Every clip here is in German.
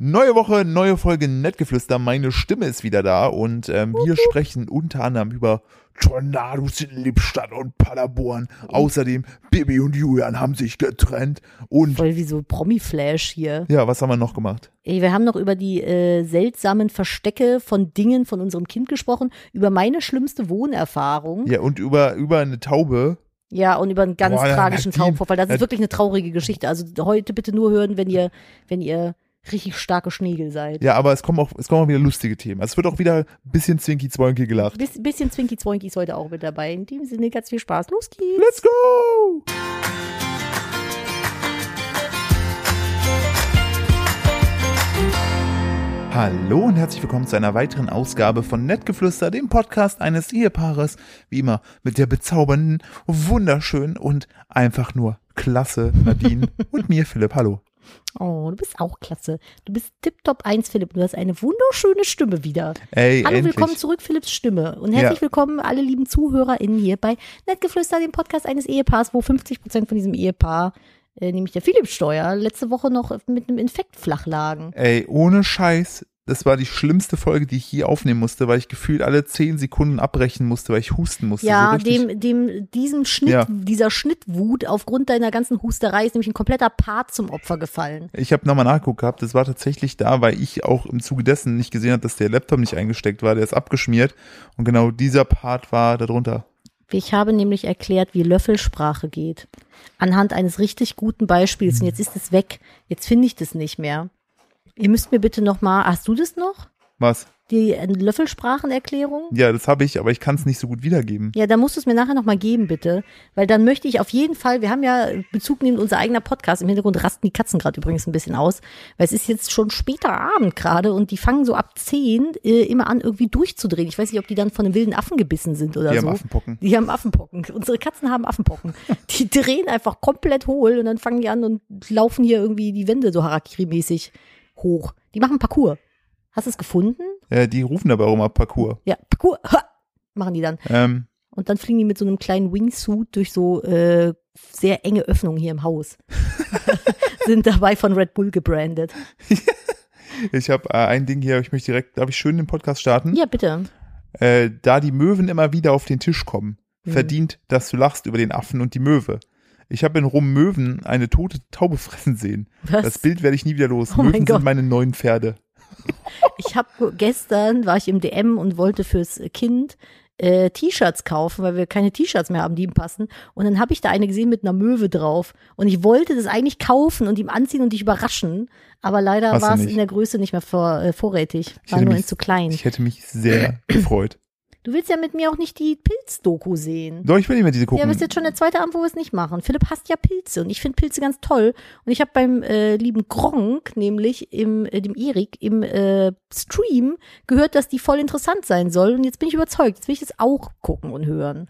Neue Woche, neue Folge Nettgeflüster. Meine Stimme ist wieder da und ähm, wir sprechen unter anderem über Tornados in Lippstadt und Paderborn. Außerdem, Bibi und Julian haben sich getrennt. Und Voll wie so Promi-Flash hier. ja, was haben wir noch gemacht? Ey, wir haben noch über die äh, seltsamen Verstecke von Dingen von unserem Kind gesprochen, über meine schlimmste Wohnerfahrung. Ja, Ja, und über, über eine Taube. und über einen ganz Boah, tragischen Nadine, Traumvorfall. Das Nad- ist wirklich eine traurige Geschichte. Also heute bitte nur hören, wenn ihr, wenn ihr richtig starke Schnegel seid. Ja, aber es kommen auch, es kommen auch wieder lustige Themen. Also es wird auch wieder ein bisschen zwinki-zwonki gelacht. Biss, bisschen Zwinky Zwonky ist heute auch mit dabei. In dem Sinne ganz viel Spaß. Los geht's. Let's go! Hallo und herzlich willkommen zu einer weiteren Ausgabe von Nettgeflüster, dem Podcast eines Ehepaares, wie immer mit der bezaubernden, wunderschönen und einfach nur klasse Nadine und mir Philipp. Hallo. Oh, du bist auch klasse. Du bist tipptopp 1, Philipp. Du hast eine wunderschöne Stimme wieder. Ey, Hallo, endlich. willkommen zurück, Philipps Stimme. Und herzlich Ja. willkommen, alle lieben ZuhörerInnen hier bei Nettgeflüster, dem Podcast eines Ehepaars, wo 50 Prozent von diesem Ehepaar, äh, nämlich der Philipp Steuer, letzte Woche noch mit einem Infekt flach lagen. Ey, ohne Scheiß. Das war die schlimmste Folge, die ich je aufnehmen musste, weil ich gefühlt alle zehn Sekunden abbrechen musste, weil ich husten musste. so Ja, richtig. dem, dem, diesem Schnitt, Ja. dieser Schnittwut aufgrund deiner ganzen Husterei ist nämlich ein kompletter Part zum Opfer gefallen. Ich habe nochmal nachgeguckt gehabt, das war tatsächlich da, weil ich auch im Zuge dessen nicht gesehen habe, dass der Laptop nicht eingesteckt war, der ist abgeschmiert und genau dieser Part war darunter. Ich habe nämlich erklärt, wie Löffelsprache geht. Anhand eines richtig guten Beispiels. Und jetzt ist es weg. Jetzt finde ich das nicht mehr. Ihr müsst mir bitte nochmal, hast du das noch? Was? Die äh, Löffelsprachenerklärung? Ja, das habe ich, aber ich kann es nicht so gut wiedergeben. Ja, dann musst du es mir nachher nochmal geben, bitte. Weil dann möchte ich auf jeden Fall, wir haben ja Bezug nehmend unser eigener Podcast. Im Hintergrund rasten die Katzen gerade übrigens ein bisschen aus. Weil es ist jetzt schon später Abend gerade und die fangen so ab 10 äh, immer an, irgendwie durchzudrehen. Ich weiß nicht, ob die dann von einem wilden Affen gebissen sind oder Die so. haben Affenpocken. Die haben Affenpocken. Unsere Katzen haben Affenpocken. Die drehen einfach komplett hohl und dann fangen die an und laufen hier irgendwie die Wände so Harakiri-mäßig hoch. Die machen Parcours. Hast du es gefunden? Äh, die rufen dabei auch immer Parcours. Ja, Parcours. Ha! Machen die dann. Ähm, Und dann fliegen die mit so einem kleinen Wingsuit durch so äh, sehr enge Öffnungen hier im Haus. Sind dabei von Red Bull gebrandet. ich habe äh, ein Ding hier, ich möchte direkt, darf ich schön den Podcast starten? Ja, bitte. Äh, da die Möwen immer wieder auf den Tisch kommen, Mhm. verdient, dass du lachst über den Affen und die Möwe. Ich habe in Rom Möwen eine tote Taube fressen sehen. Was? Das Bild werde ich nie wieder los. Oh mein Möwen sind Gott. meine neuen Pferde. Ich habe gestern war ich im DM und wollte fürs Kind äh, T-Shirts kaufen, weil wir keine T-Shirts mehr haben, die ihm passen. Und dann habe ich da eine gesehen mit einer Möwe drauf. Und ich wollte das eigentlich kaufen und ihm anziehen und dich überraschen. Aber leider Hast du war es nicht. in der Größe nicht mehr vor, äh, vorrätig. Ich War hätte nur mich- in zu klein. Ich hätte mich sehr gefreut. Du willst ja mit mir auch nicht die Pilzdoku sehen. Doch, ich will nicht mehr diese Ja, gucken. aber ist jetzt schon der zweite Abend, wo wir es nicht machen. Philipp hasst ja Pilze und ich finde Pilze ganz toll. Und ich habe beim äh, lieben Gronk, nämlich im, äh, dem Erik, im äh, Stream gehört, dass die voll interessant sein soll. Und jetzt bin ich überzeugt, jetzt will ich das auch gucken und hören.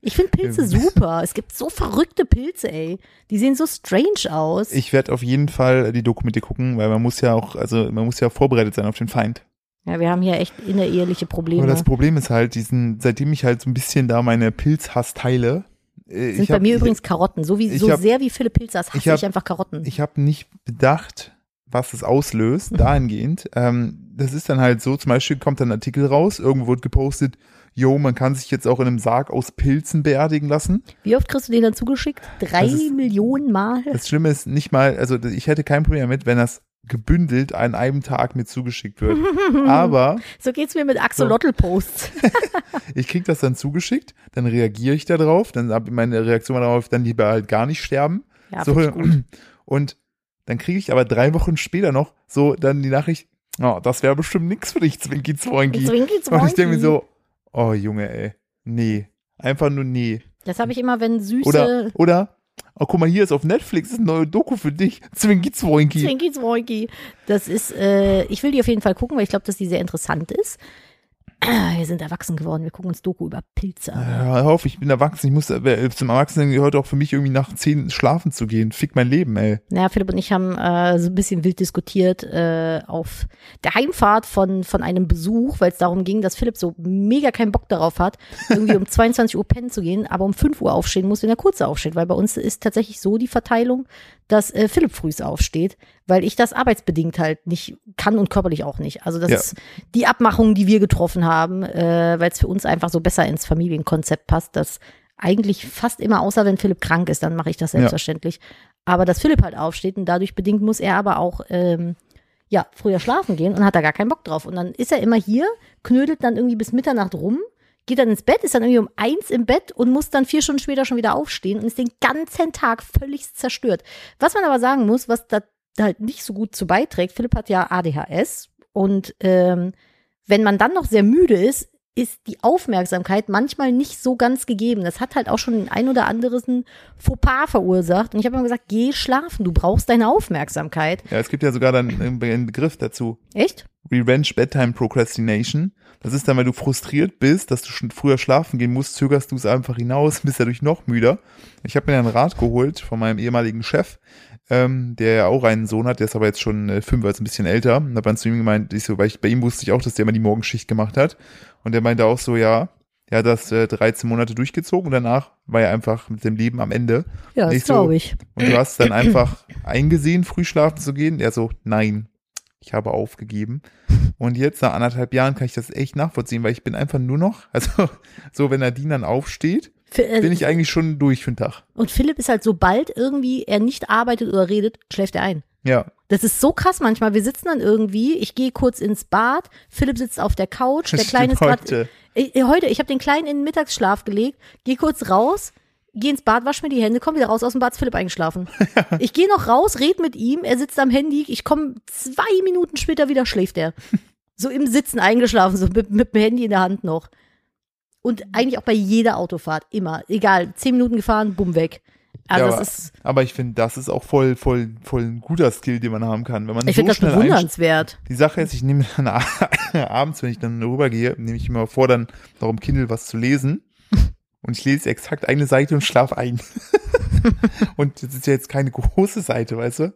Ich finde Pilze Ähm. super. Es gibt so verrückte Pilze, ey. Die sehen so strange aus. ich werde auf jeden Fall die Doku mit dir gucken, weil man muss ja auch, also man muss ja vorbereitet sein auf den Feind. ja, wir haben hier echt innereheliche Probleme. Aber das Problem ist halt, diesen, seitdem ich halt so ein bisschen da meine Pilzhass teile, äh, sind ich bei hab- mir übrigens Karotten. So, wie, ich so hab- sehr wie Philipp Pilze hasst, hasse ich ich, hab- einfach Karotten. Ich habe nicht bedacht, was es auslöst, dahingehend. ähm, das ist dann halt so, zum Beispiel kommt dann ein Artikel raus, irgendwo wird gepostet, yo, man kann sich jetzt auch in einem Sarg aus Pilzen beerdigen lassen. wie oft kriegst du den dann zugeschickt? Drei Das ist- Millionen Mal? Das Schlimme ist nicht mal, also ich hätte kein Problem damit, wenn das gebündelt an einem Tag mir zugeschickt wird. Aber So geht's mir mit Axolotl-Posts. Ich krieg das dann zugeschickt, dann reagiere ich darauf, dann habe meine Reaktion darauf, dann lieber halt gar nicht sterben. Ja, so, finde ich gut. Und dann kriege ich aber drei Wochen später noch so dann die Nachricht, oh, das wäre bestimmt nix für dich, Zwinki Zwangi. Zwinki, Und ich denke mir zwinki. so, oh Junge, ey, nee, einfach nur nee. Das habe ich immer, wenn süße Oder, oder, oh guck mal, hier ist auf Netflix ist eine neue Doku für dich, Zwinki Zwangi. Zwinki Zwinki. Das ist, äh, ich will die auf jeden Fall gucken, weil ich glaube, dass die sehr interessant ist. Wir sind erwachsen geworden, wir gucken uns Doku über Pilze an. Ja, hoffe, ich bin erwachsen, ich muss, äh, zum Erwachsenen gehört auch für mich irgendwie nach zehn schlafen zu gehen, fick mein Leben, ey. Naja, Philipp und ich haben äh, so ein bisschen wild diskutiert äh, auf der Heimfahrt von, von einem Besuch, weil es darum ging, dass Philipp so mega keinen Bock darauf hat, irgendwie um 22 Uhr pennen zu gehen, aber um 5 Uhr aufstehen muss, wenn er kurz aufsteht. Weil bei uns ist tatsächlich so die Verteilung, dass äh, Philipp frühs aufsteht, weil ich das arbeitsbedingt halt nicht kann und körperlich auch nicht. Also das Ja. ist die Abmachung, die wir getroffen haben, äh, weil es für uns einfach so besser ins Familienkonzept passt, dass eigentlich fast immer, außer wenn Philipp krank ist, dann mache ich das Ja. selbstverständlich. Aber dass Philipp halt aufsteht und dadurch bedingt muss er aber auch ähm, ja, früher schlafen gehen und hat da gar keinen Bock drauf. Und dann ist er immer hier, knödelt dann irgendwie bis Mitternacht rum, geht dann ins Bett, ist dann irgendwie um eins im Bett und muss dann vier Stunden später schon wieder aufstehen und ist den ganzen Tag völlig zerstört. Was man aber sagen muss, was da halt nicht so gut zu beiträgt, Philipp hat ja ADHS und ähm, wenn man dann noch sehr müde ist, ist die Aufmerksamkeit manchmal nicht so ganz gegeben. Das hat halt auch schon den ein oder anderen Fauxpas verursacht. Und ich habe immer gesagt, geh schlafen, du brauchst deine Aufmerksamkeit. Ja, es gibt ja sogar dann einen Begriff dazu. Echt? Revenge Bedtime Procrastination. Das ist dann, weil du frustriert bist, dass du schon früher schlafen gehen musst, zögerst du es einfach hinaus, bist dadurch noch müder. Ich habe mir einen Rat geholt von meinem ehemaligen Chef, ähm, der ja auch einen Sohn hat, der ist aber jetzt schon äh, fünf, also ein bisschen älter. Und hab dann zu ihm gemeint, ich so, weil ich, bei ihm wusste ich auch, dass der immer die Morgenschicht gemacht hat. Und der meinte auch so, ja, er hat das äh, 13 Monate durchgezogen und danach war er einfach mit dem Leben am Ende. Ja, das Nicht so. glaube ich. Und du hast dann einfach eingesehen, früh schlafen zu gehen. Er so, nein, ich habe aufgegeben. Und jetzt nach anderthalb Jahren kann ich das echt nachvollziehen, weil ich bin einfach nur noch, also so, wenn Nadine dann aufsteht, Fi- äh, bin ich eigentlich schon durch für den Tag. und Philipp ist halt, sobald irgendwie er nicht arbeitet oder redet, schläft er ein. Ja, Das ist so krass manchmal. Wir sitzen dann irgendwie, ich gehe kurz ins Bad, Philipp sitzt auf der Couch, der Das Kleine ist stimmt gerade. heute. Äh, heute, ich habe den Kleinen in den Mittagsschlaf gelegt, gehe kurz raus, gehe ins Bad, wasch mir die Hände, komm wieder raus aus dem Bad, ist Philipp eingeschlafen. ich gehe noch raus, red mit ihm, er sitzt am Handy, ich komme zwei Minuten später wieder, schläft er. So im Sitzen eingeschlafen, so mit, mit dem Handy in der Hand noch. Und eigentlich auch bei jeder Autofahrt, immer. Egal, zehn Minuten gefahren, bumm, weg. Also ja es aber, ist, aber ich finde, das ist auch voll, voll, voll ein guter Skill, den man haben kann. Wenn man ich so finde das schnell einsteigt. bewundernswert. Die Sache ist, ich nehme dann abends, wenn ich dann rübergehe, nehme ich mir vor, dann noch im Kindle was zu lesen. Und ich lese exakt eine Seite und schlafe ein. und das ist ja jetzt keine große Seite, weißt du?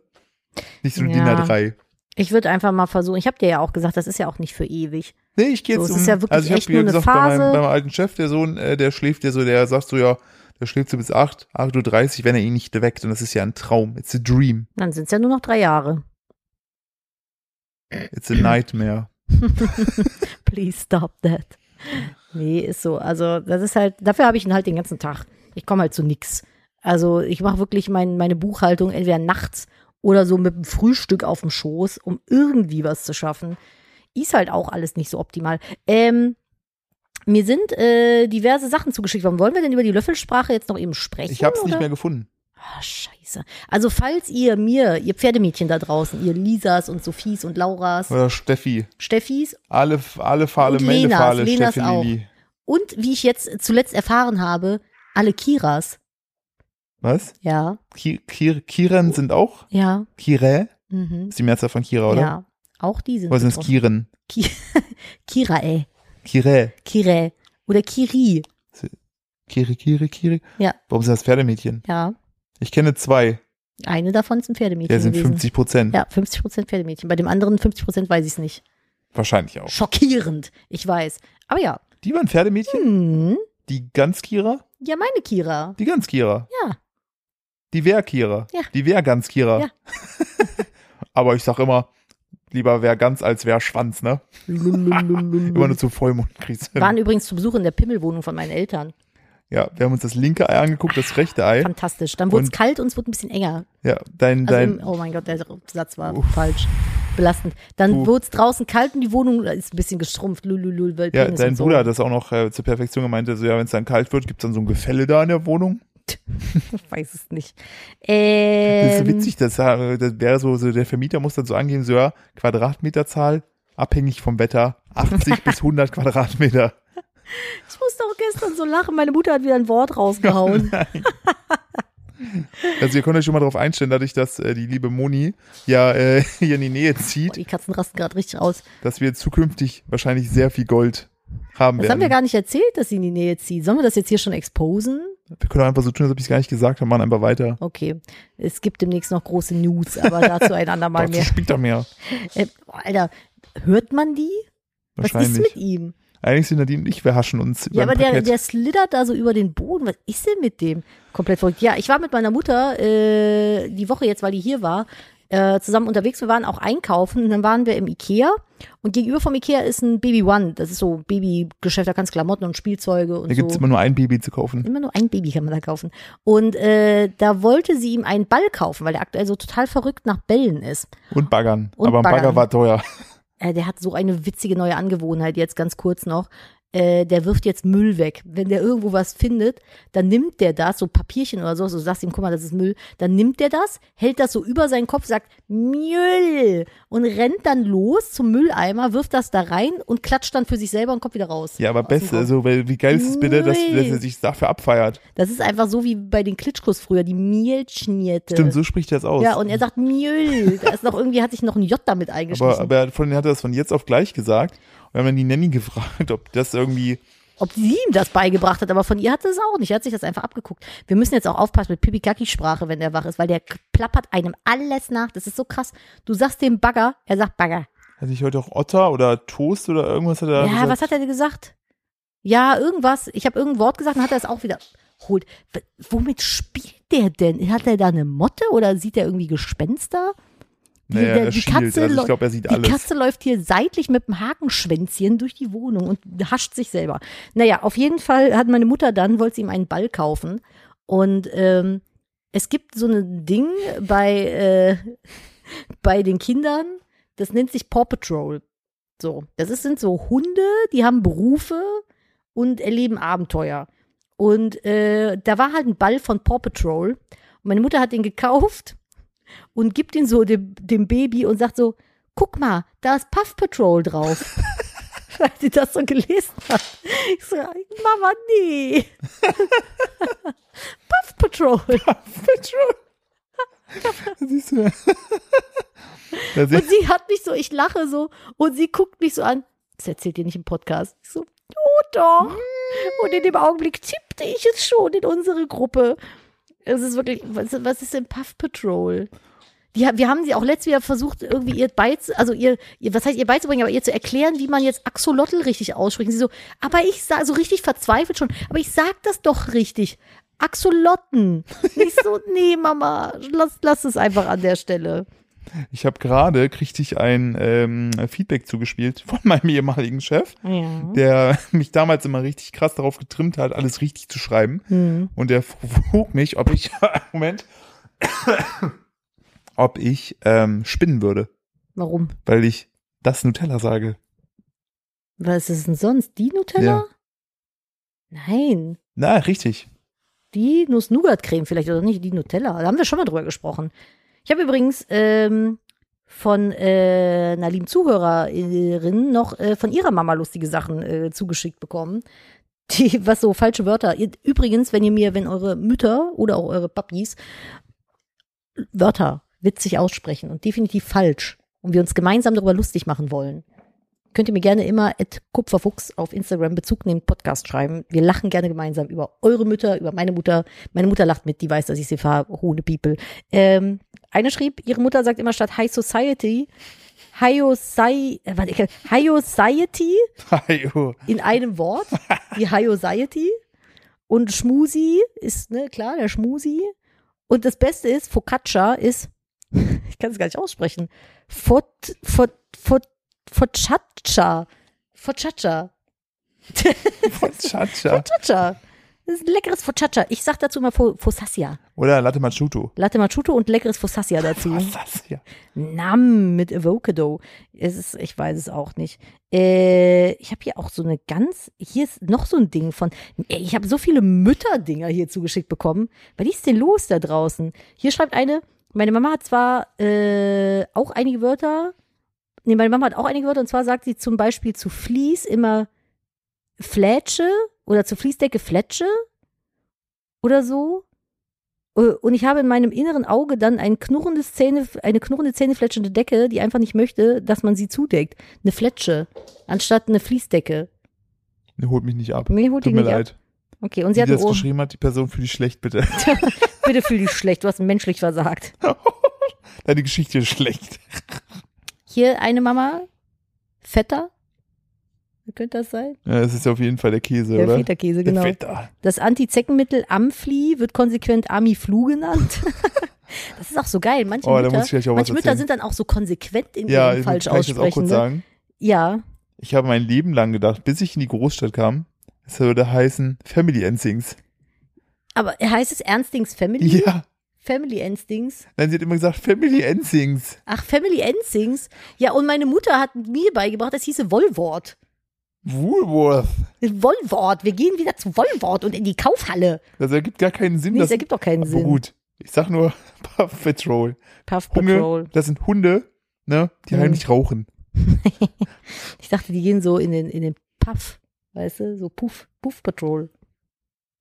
Nicht so eine Ja. DIN A3. Ich würde einfach mal versuchen. Ich habe dir ja auch gesagt, das ist ja auch nicht für ewig. Nee, ich gehe jetzt So, es um. ist ja wirklich also ich echt habe nur eine gesagt, bei meinem, Phase. bei meinem alten Chef, der Sohn, äh, der schläft ja so, der sagt so, ja, der schläft so bis 8, 8.30 Uhr, wenn er ihn nicht weckt. Und das ist ja ein Traum. It's a dream. Dann sind es ja nur noch drei Jahre. It's a nightmare. Please stop that. Nee, ist so. Also, das ist halt, dafür habe ich ihn halt den ganzen Tag. Ich komme halt zu nix. Also, ich mache wirklich mein, meine Buchhaltung entweder nachts oder so mit dem Frühstück auf dem Schoß, um irgendwie was zu schaffen. Ist halt auch alles nicht so optimal. Ähm, mir sind äh, diverse Sachen zugeschickt worden. Wollen wir denn über die Löffelsprache jetzt noch eben sprechen? Ich habe es oder? nicht mehr gefunden. Ah, scheiße. Also falls ihr mir, ihr Pferdemädchen da draußen, ihr Lisas und Sophies und Lauras, Oder Steffi. Steffis Alle, alle Fahle, Und Melle Lenas, Fahle, Lenas Steffi auch. Lili. und wie ich jetzt zuletzt erfahren habe, alle Kiras. Was? Ja, Ki Kir Kiren sind auch ja, Kire. mhm. Ist die Mehrzahl von Kira, oder? ja. Auch die sind Oder sind es betroffen. Kiren? Ki Kira, ey. Kire. Kire. Oder Kiri. Kire, Kire, Kire. Ja. Warum sind das Pferdemädchen? Ja, Ich kenne zwei. eine davon ist ein Pferdemädchen Der sind gewesen. 50 Prozent. Ja, 50 Prozent Pferdemädchen. Bei dem anderen 50 Prozent weiß ich es nicht. Wahrscheinlich auch. Schockierend, ich weiß. Aber ja, Die waren Pferdemädchen? hm. Die ganz Kira? ja, meine Kira. Die ganz Kira. Ja. Die wär Kira. Ja. Die wär ganz Kira. Ja. Aber ich sag immer, lieber wär ganz als wär Schwanz, ne? Mhm. Immer nur zu Vollmond kriegst du. Waren übrigens zu Besuch in der Pimmelwohnung von meinen Eltern. Ja, wir haben uns das linke Ei angeguckt, das rechte Ei. Fantastisch. Dann wurde es Und- kalt und es wurde ein bisschen enger. Ja, dein, Also, dein, im, oh mein Gott, der Satz war falsch. Belastend. Dann Puh. wurde es draußen kalt und die Wohnung ist ein bisschen gestrumpft. Lululul, weil Ja, Penis dein und so. Bruder hat das auch noch äh, zur Perfektion gemeint. Also, ja, wenn es dann kalt wird, gibt's dann so ein Gefälle da in der Wohnung. Ich weiß es nicht. Das ist so Ähm, witzig, das, äh, das wäre so, so, der Vermieter muss dann so angeben, so, ja, Quadratmeterzahl, abhängig vom Wetter, 80 bis 100 Quadratmeter. ich musste auch gestern so lachen. Meine Mutter hat wieder ein Wort rausgehauen. Also, ihr könnt euch schon mal darauf einstellen, dadurch, dass äh, die liebe Moni ja äh, hier in die Nähe zieht, die Katzen rasten gerade richtig aus. dass wir zukünftig wahrscheinlich sehr viel Gold haben Das werden. haben wir gar nicht erzählt, dass sie in die Nähe zieht. Sollen wir das jetzt hier schon exposen? wir können einfach so tun, als ob ich es gar nicht gesagt habe, machen einfach weiter. Okay. Es gibt demnächst noch große News, aber dazu ein andermal Dazu mehr. spielt er mehr. Äh, boah, Alter, hört man die? Was ist Wahrscheinlich. mit ihm? Eigentlich sind Nadine und ich, wir haschen uns. Ja, beim aber der, Parkett. der schlittert da so über den Boden. Was ist denn mit dem? Komplett verrückt. Ja, ich war mit meiner Mutter äh, die Woche jetzt, weil die hier war, äh, zusammen unterwegs. Wir waren auch einkaufen und dann waren wir im Ikea. Und gegenüber vom Ikea ist ein Baby One. Das ist so Babygeschäft, da kannst Klamotten und Spielzeuge und da so. gibt es immer nur ein Baby zu kaufen. Immer nur ein Baby kann man da kaufen. Und äh, da wollte sie ihm einen Ball kaufen, weil der aktuell so total verrückt nach Bällen ist. Und baggern. Und aber ein Bagger baggern. war teuer. Äh, der hat so eine witzige neue Angewohnheit, jetzt ganz kurz noch. Äh, der wirft jetzt Müll weg. Wenn der irgendwo was findet, dann nimmt der das, so Papierchen oder so, so sagst ihm, guck mal, das ist Müll, dann nimmt der das, hält das so über seinen Kopf, sagt Müll und rennt dann los zum Mülleimer, wirft das da rein und klatscht dann für sich selber und kommt wieder raus. Ja, aber Aus dem best, Kopf. also, weil, wie geil ist es bitte, dass, dass er sich dafür abfeiert. Das ist einfach so wie bei den Klitschkos früher, die Mielschnierte. Stimmt, so spricht er es aus. Ja, und er sagt Müll. Da ist noch irgendwie, hat sich noch ein J damit eingeschrieben. aber, aber von hat er das von jetzt auf gleich gesagt. Und haben dann die Nanny gefragt, ob das irgendwie. Ob sie ihm das beigebracht hat, aber von ihr hat sie es auch nicht. Er hat sich das einfach abgeguckt. Wir müssen jetzt auch aufpassen mit Pipikakis Sprache, wenn der wach ist, weil der k- plappert einem alles nach. Das ist so krass. Du sagst dem Bagger, er sagt Bagger. Hat sich heute auch Otter oder Toast oder irgendwas hat er Ja, gesagt? was hat er denn gesagt? Ja, irgendwas. Ich habe irgendein Wort gesagt und hat er es auch wieder holt. W womit spielt der denn? Hat er da eine Motte oder sieht er irgendwie Gespenster? Wie naja, der- er die schielt. Katze also läu- ich glaube, er sieht Die alles. Katze läuft hier seitlich mit dem Hakenschwänzchen durch die Wohnung und hascht sich selber. Naja, auf jeden Fall hat meine Mutter dann, wollte sie ihm einen Ball kaufen. Und ähm, es gibt so ein Ding bei, äh, bei den Kindern, das nennt sich Paw Patrol. So, das ist, sind so Hunde, die haben Berufe und erleben Abenteuer. Und äh, da war halt ein Ball von Paw Patrol. Und meine Mutter hat den gekauft und gibt ihn so dem, dem Baby und sagt so, guck mal, da ist Puff Patrol drauf. Weil sie das so gelesen hat. Ich so, Mama, nee. Puff Patrol. Siehst du? da Und sieht, sie hat mich so, ich lache so und sie guckt mich so an. Das erzählt ihr nicht im Podcast. Ich so, oh doch. Und in dem Augenblick tippte ich es schon in unsere Gruppe. Es ist wirklich, was, was ist denn Puff Patrol? Die, ha- wir haben sie auch letztes Jahr versucht, irgendwie ihr beiz, also ihr, ihr, was heißt ihr beizubringen, aber ihr zu erklären, wie man jetzt Axolotl richtig ausspricht. Und sie so, aber ich sag, so richtig verzweifelt schon, aber ich sag das doch richtig. Axolotten. Nicht so, nee, Mama, lass, lass es einfach an der Stelle. ich habe gerade, kriegte ich ein ähm, Feedback zugespielt von meinem ehemaligen Chef, Ja. der mich damals immer richtig krass darauf getrimmt hat, alles richtig zu schreiben. Hm. Und der frug mich, ob ich, Moment, ob ich ähm, spinnen würde, Warum? weil ich das Nutella sage. Was ist denn sonst? Die Nutella? Nein. Na, richtig. Die Nuss-Nougat-Creme vielleicht oder nicht, die Nutella. Da haben wir schon mal drüber gesprochen. Ich habe übrigens ähm, von äh, einer lieben Zuhörerin noch äh, von ihrer Mama lustige Sachen äh, zugeschickt bekommen. Die, was so falsche Wörter. Ihr, übrigens, wenn ihr mir, wenn eure Mütter oder auch eure Papis Wörter witzig aussprechen und definitiv falsch und wir uns gemeinsam darüber lustig machen wollen, könnt ihr mir gerne immer at kupferfuchs auf Instagram Bezug nehmen, Podcast schreiben. Wir lachen gerne gemeinsam über eure Mütter, über meine Mutter. Meine Mutter lacht mit, die weiß, dass ich sie fahre, hohne People. Ähm, eine schrieb, ihre Mutter sagt immer statt High Society, High äh, Society, High Society Ajo. in einem Wort, die High Society. Und Schmusi ist, ne, klar, der Schmusi. Und das Beste ist, Focaccia ist, ich kann es gar nicht aussprechen, Fot, Fot, Fot, Focaccia. Focaccia. Von Chacha. Focaccia. Das ist ein leckeres Focaccia. Ich sag dazu immer Fo- Focaccia. Oder Latte Machuto. Latte Machuto und leckeres Focaccia dazu. Was ist das hier? Nam mit Avocado. Es ist, ich weiß es auch nicht. Äh, ich habe hier auch so eine ganz, hier ist noch so ein Ding von, ey, ich habe so viele Mütterdinger hier zugeschickt bekommen. Was ist denn los da draußen? Hier schreibt eine, meine Mama hat zwar äh, auch einige Wörter, nee, meine Mama hat auch einige Wörter und zwar sagt sie zum Beispiel zu Fließ immer Flätsche oder zu Fließdecke Flätsche oder so. Äh, Und ich habe in meinem inneren Auge dann ein knurrendes Zähne, eine knurrende zähnefletschende Decke, die einfach nicht möchte, dass man sie zudeckt. Eine Fletsche, anstatt eine Fließdecke. Ne, holt mich nicht ab. Mir holt Tut die mir nicht ab. leid. Okay, und sie Die hat ein das Ohr. geschrieben hat, die Person fühle ich schlecht, bitte. Bitte fühl dich schlecht, du hast menschlich versagt. Deine Geschichte ist schlecht. Hier eine Mama, fetter, Könnte das sein? Ja, es ist auf jeden Fall der Käse, Der oder? Feta-Käse, genau. Der Feta. Das Antizeckenmittel Amfli wird konsequent Amiflu genannt. Das ist auch so geil. Manche Oh, da Mütter, muss ich gleich auch was manche Mütter erzählen. sind dann auch so konsequent in Ja, ihrem ich falsch kann ich das auch aussprechen. kurz Ne? sagen. Ja, Ich habe mein Leben lang gedacht, bis ich in die Großstadt kam, es würde heißen Family Endings. aber heißt es Ernstings Family? Ja, Family Ernstings? dann sie hat immer gesagt Family Endings. Ach, Family Ensings. Ja, und meine Mutter hat mir beigebracht, das hieße Wollwort. Woolworth. Wollwort. Wir gehen wieder zu Wollwort und in die Kaufhalle. Das ergibt gar keinen Sinn. Nee, das das ergibt doch keinen aber Sinn. gut. Ich sag nur Puff Patrol. Puff Hunde, Patrol. das sind Hunde, ne, die Mhm. heimlich rauchen. Ich dachte, die gehen so in den, in den Puff. Weißt du, so Puff, Puff Patrol.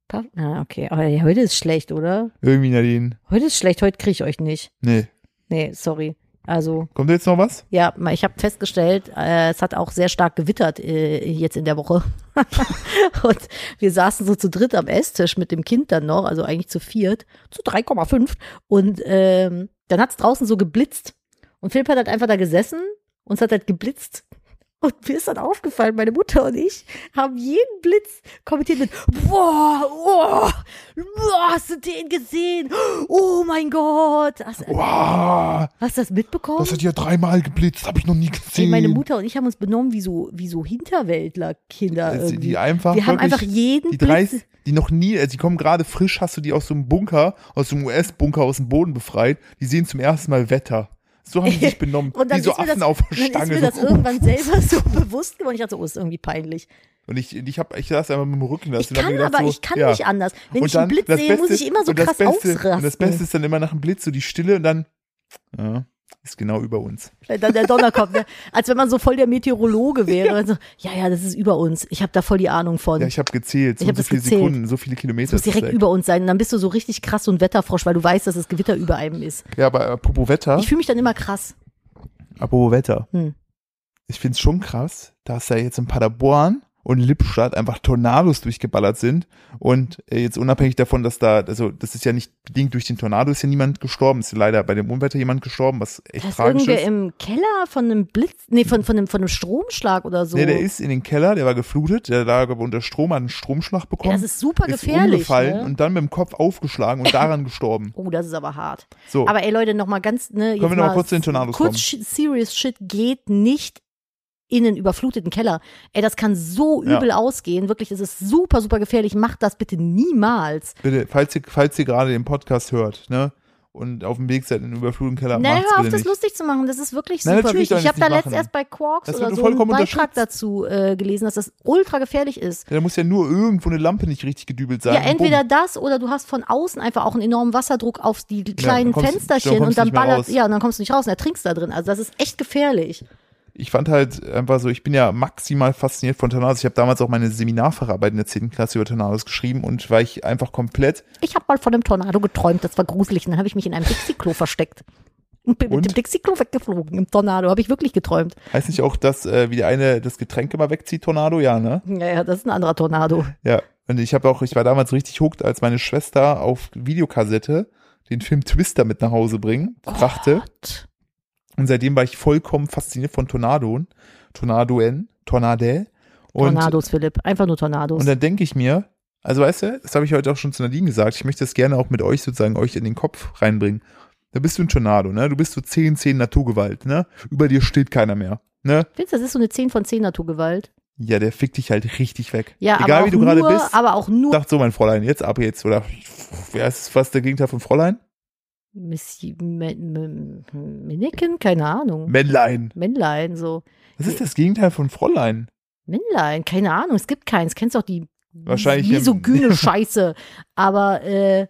Puff. Ah, okay. Aber ja, heute ist schlecht, oder? Irgendwie Nadine. Heute ist schlecht, heute kriege ich euch nicht. Nee. Nee, sorry. Also, Kommt da jetzt noch was? ja, ma- ich habe festgestellt, äh, es hat auch sehr stark gewittert äh, jetzt in der Woche. und wir saßen so zu dritt am Esstisch mit dem Kind dann noch, also eigentlich zu viert, zu 3,5. Und ähm, dann hat's draußen so geblitzt. Und Philipp hat halt einfach da gesessen und es hat halt geblitzt. Und mir ist dann aufgefallen, meine Mutter und ich haben jeden Blitz kommentiert mit, boah, oh, boah, hast du den gesehen? Oh mein Gott. Hast, Wow, hast du das mitbekommen? das hat ja dreimal geblitzt, habe ich noch nie Ey, gesehen. meine Mutter und ich haben uns benommen wie so, wie so Hinterwäldler-Kinder. Also irgendwie. die einfach wir haben wirklich- einfach jeden die drei, Blitz. die noch nie, also die kommen gerade frisch, hast du die aus so einem Bunker, aus so einem US-Bunker aus dem Boden befreit, die sehen zum ersten Mal Wetter. So haben die sich benommen, Und dann, wie so ist mir Affen das, auf der dann ist Stange. mir das so. irgendwann selber so bewusst geworden. Ich dachte so, oh, ist irgendwie peinlich. Und ich, ich, hab, ich saß einfach mit dem Rücken da. Ich und hab kann mir gedacht, aber, so, ich kann ja. nicht anders. Wenn und ich dann, einen Blitz das sehe, Beste, muss ich immer so und das krass Beste, Und das Beste ausrasten. ist dann immer nach dem Blitz so die Stille und dann, ja, ist genau über uns. Wenn dann der Donner kommt. Ne? Als wenn man so voll der Meteorologe wäre. Ja, so, ja, ja, das ist über uns. Ich habe da voll die Ahnung von. Ja, ich habe gezählt, so, Ich und hab so das viele gezählt. Sekunden, so viele Kilometer. muss ist direkt weg. über uns sein. Und dann bist du so richtig krass so ein Wetterfrosch, weil du weißt, dass das Gewitter über einem ist. ja, aber apropos Wetter. Ich fühle mich dann immer krass. Apropos Wetter. Hm. Ich find's schon krass, dass da jetzt in Paderborn und Lippstadt einfach Tornados durchgeballert sind. Und äh, jetzt unabhängig davon, dass da, also das ist ja nicht bedingt durch den Tornado, ist ja niemand gestorben. Ist leider bei dem Unwetter jemand gestorben, was echt Da ist tragisch irgendwer ist. im Keller von einem Blitz, nee, von, von, einem, von einem Stromschlag oder so. Nee, der ist in den Keller, der war geflutet, der lag aber unter Strom, hat einen Stromschlag Ey, bekommen. das ist super um- ist gefährlich. umgefallen Ne? und dann mit dem Kopf aufgeschlagen und daran gestorben. Oh, das ist aber hart. So, Aber ey Leute, nochmal ganz, ne, Oh. jetzt wir noch mal mal kurz zu den Tornados kommen? Kurz shi- serious shit geht nicht in einen überfluteten Keller. Ey, das kann so Ja. übel ausgehen. Wirklich, das ist super, super gefährlich. Macht das bitte niemals. bitte, falls ihr, falls ihr gerade den Podcast hört, ne? Und auf dem Weg seid in den überfluteten Keller, Naja, macht's hör auf, bitte das nicht. lustig zu machen. Das ist wirklich Na, super natürlich wichtig. soll Ich das habe da nicht letztens machen. erst bei Quarks Das oder wird so einen vollkommen Beitrag unterschätzt. dazu äh, gelesen, dass das ultra gefährlich ist. Ja, da muss ja nur irgendwo eine Lampe nicht richtig gedübelt sein. Ja, und bumm. entweder das oder du hast von außen einfach auch einen enormen Wasserdruck auf die kleinen dann kommst- Fensterchen dann kommst und dann du nicht mehr ballert, raus. ja, und dann kommst du nicht raus und ertrinkst da drin. Also das ist echt gefährlich. Ich fand halt einfach so, ich bin ja maximal fasziniert von Tornados. Ich habe damals auch meine Seminarfacharbeit in der 10. Klasse über Tornados geschrieben und weil ich einfach komplett, Ich habe mal von einem Tornado geträumt, das war gruselig. Und dann habe ich mich in einem Dixie-Klo versteckt. Und bin Und? mit dem Dixie-Klo weggeflogen im Tornado. Habe ich wirklich geträumt. heißt nicht auch, dass äh, wie der eine das Getränk immer wegzieht, Tornado, ja, ne? Ja, ja, das ist ein anderer Tornado. Ja. Und ich habe auch, ich war damals richtig hooked, als meine Schwester auf Videokassette den Film Twister mit nach Hause bringen, brachte. Gott. Und seitdem war ich vollkommen fasziniert von Tornadoen, Tornadoen, Tornade. Und Tornados, Philipp. Einfach nur Tornados. Und dann denke ich mir, also weißt du, das habe ich heute auch schon zu Nadine gesagt, ich möchte das gerne auch mit euch sozusagen euch in den Kopf reinbringen. Da bist du ein Tornado, ne? Du bist so 10, 10 Naturgewalt, ne? Über dir steht keiner mehr, ne? Findest du, das ist so eine 10 von 10 Naturgewalt? Ja, der fickt dich halt richtig weg. Ja, Egal aber auch wie du nur, gerade bist, aber auch nur sagt so mein Fräulein, jetzt ab jetzt. Oder wer ist fast der Gegenteil von Fräulein? Missi- Me- Me- Männchen? Keine Ahnung. Männlein. Männlein, so. Das ist das Gegenteil von Fräulein. Männlein, keine Ahnung, es gibt keins. Kennst doch die Wahrscheinlich im- misogyne Scheiße. Aber äh,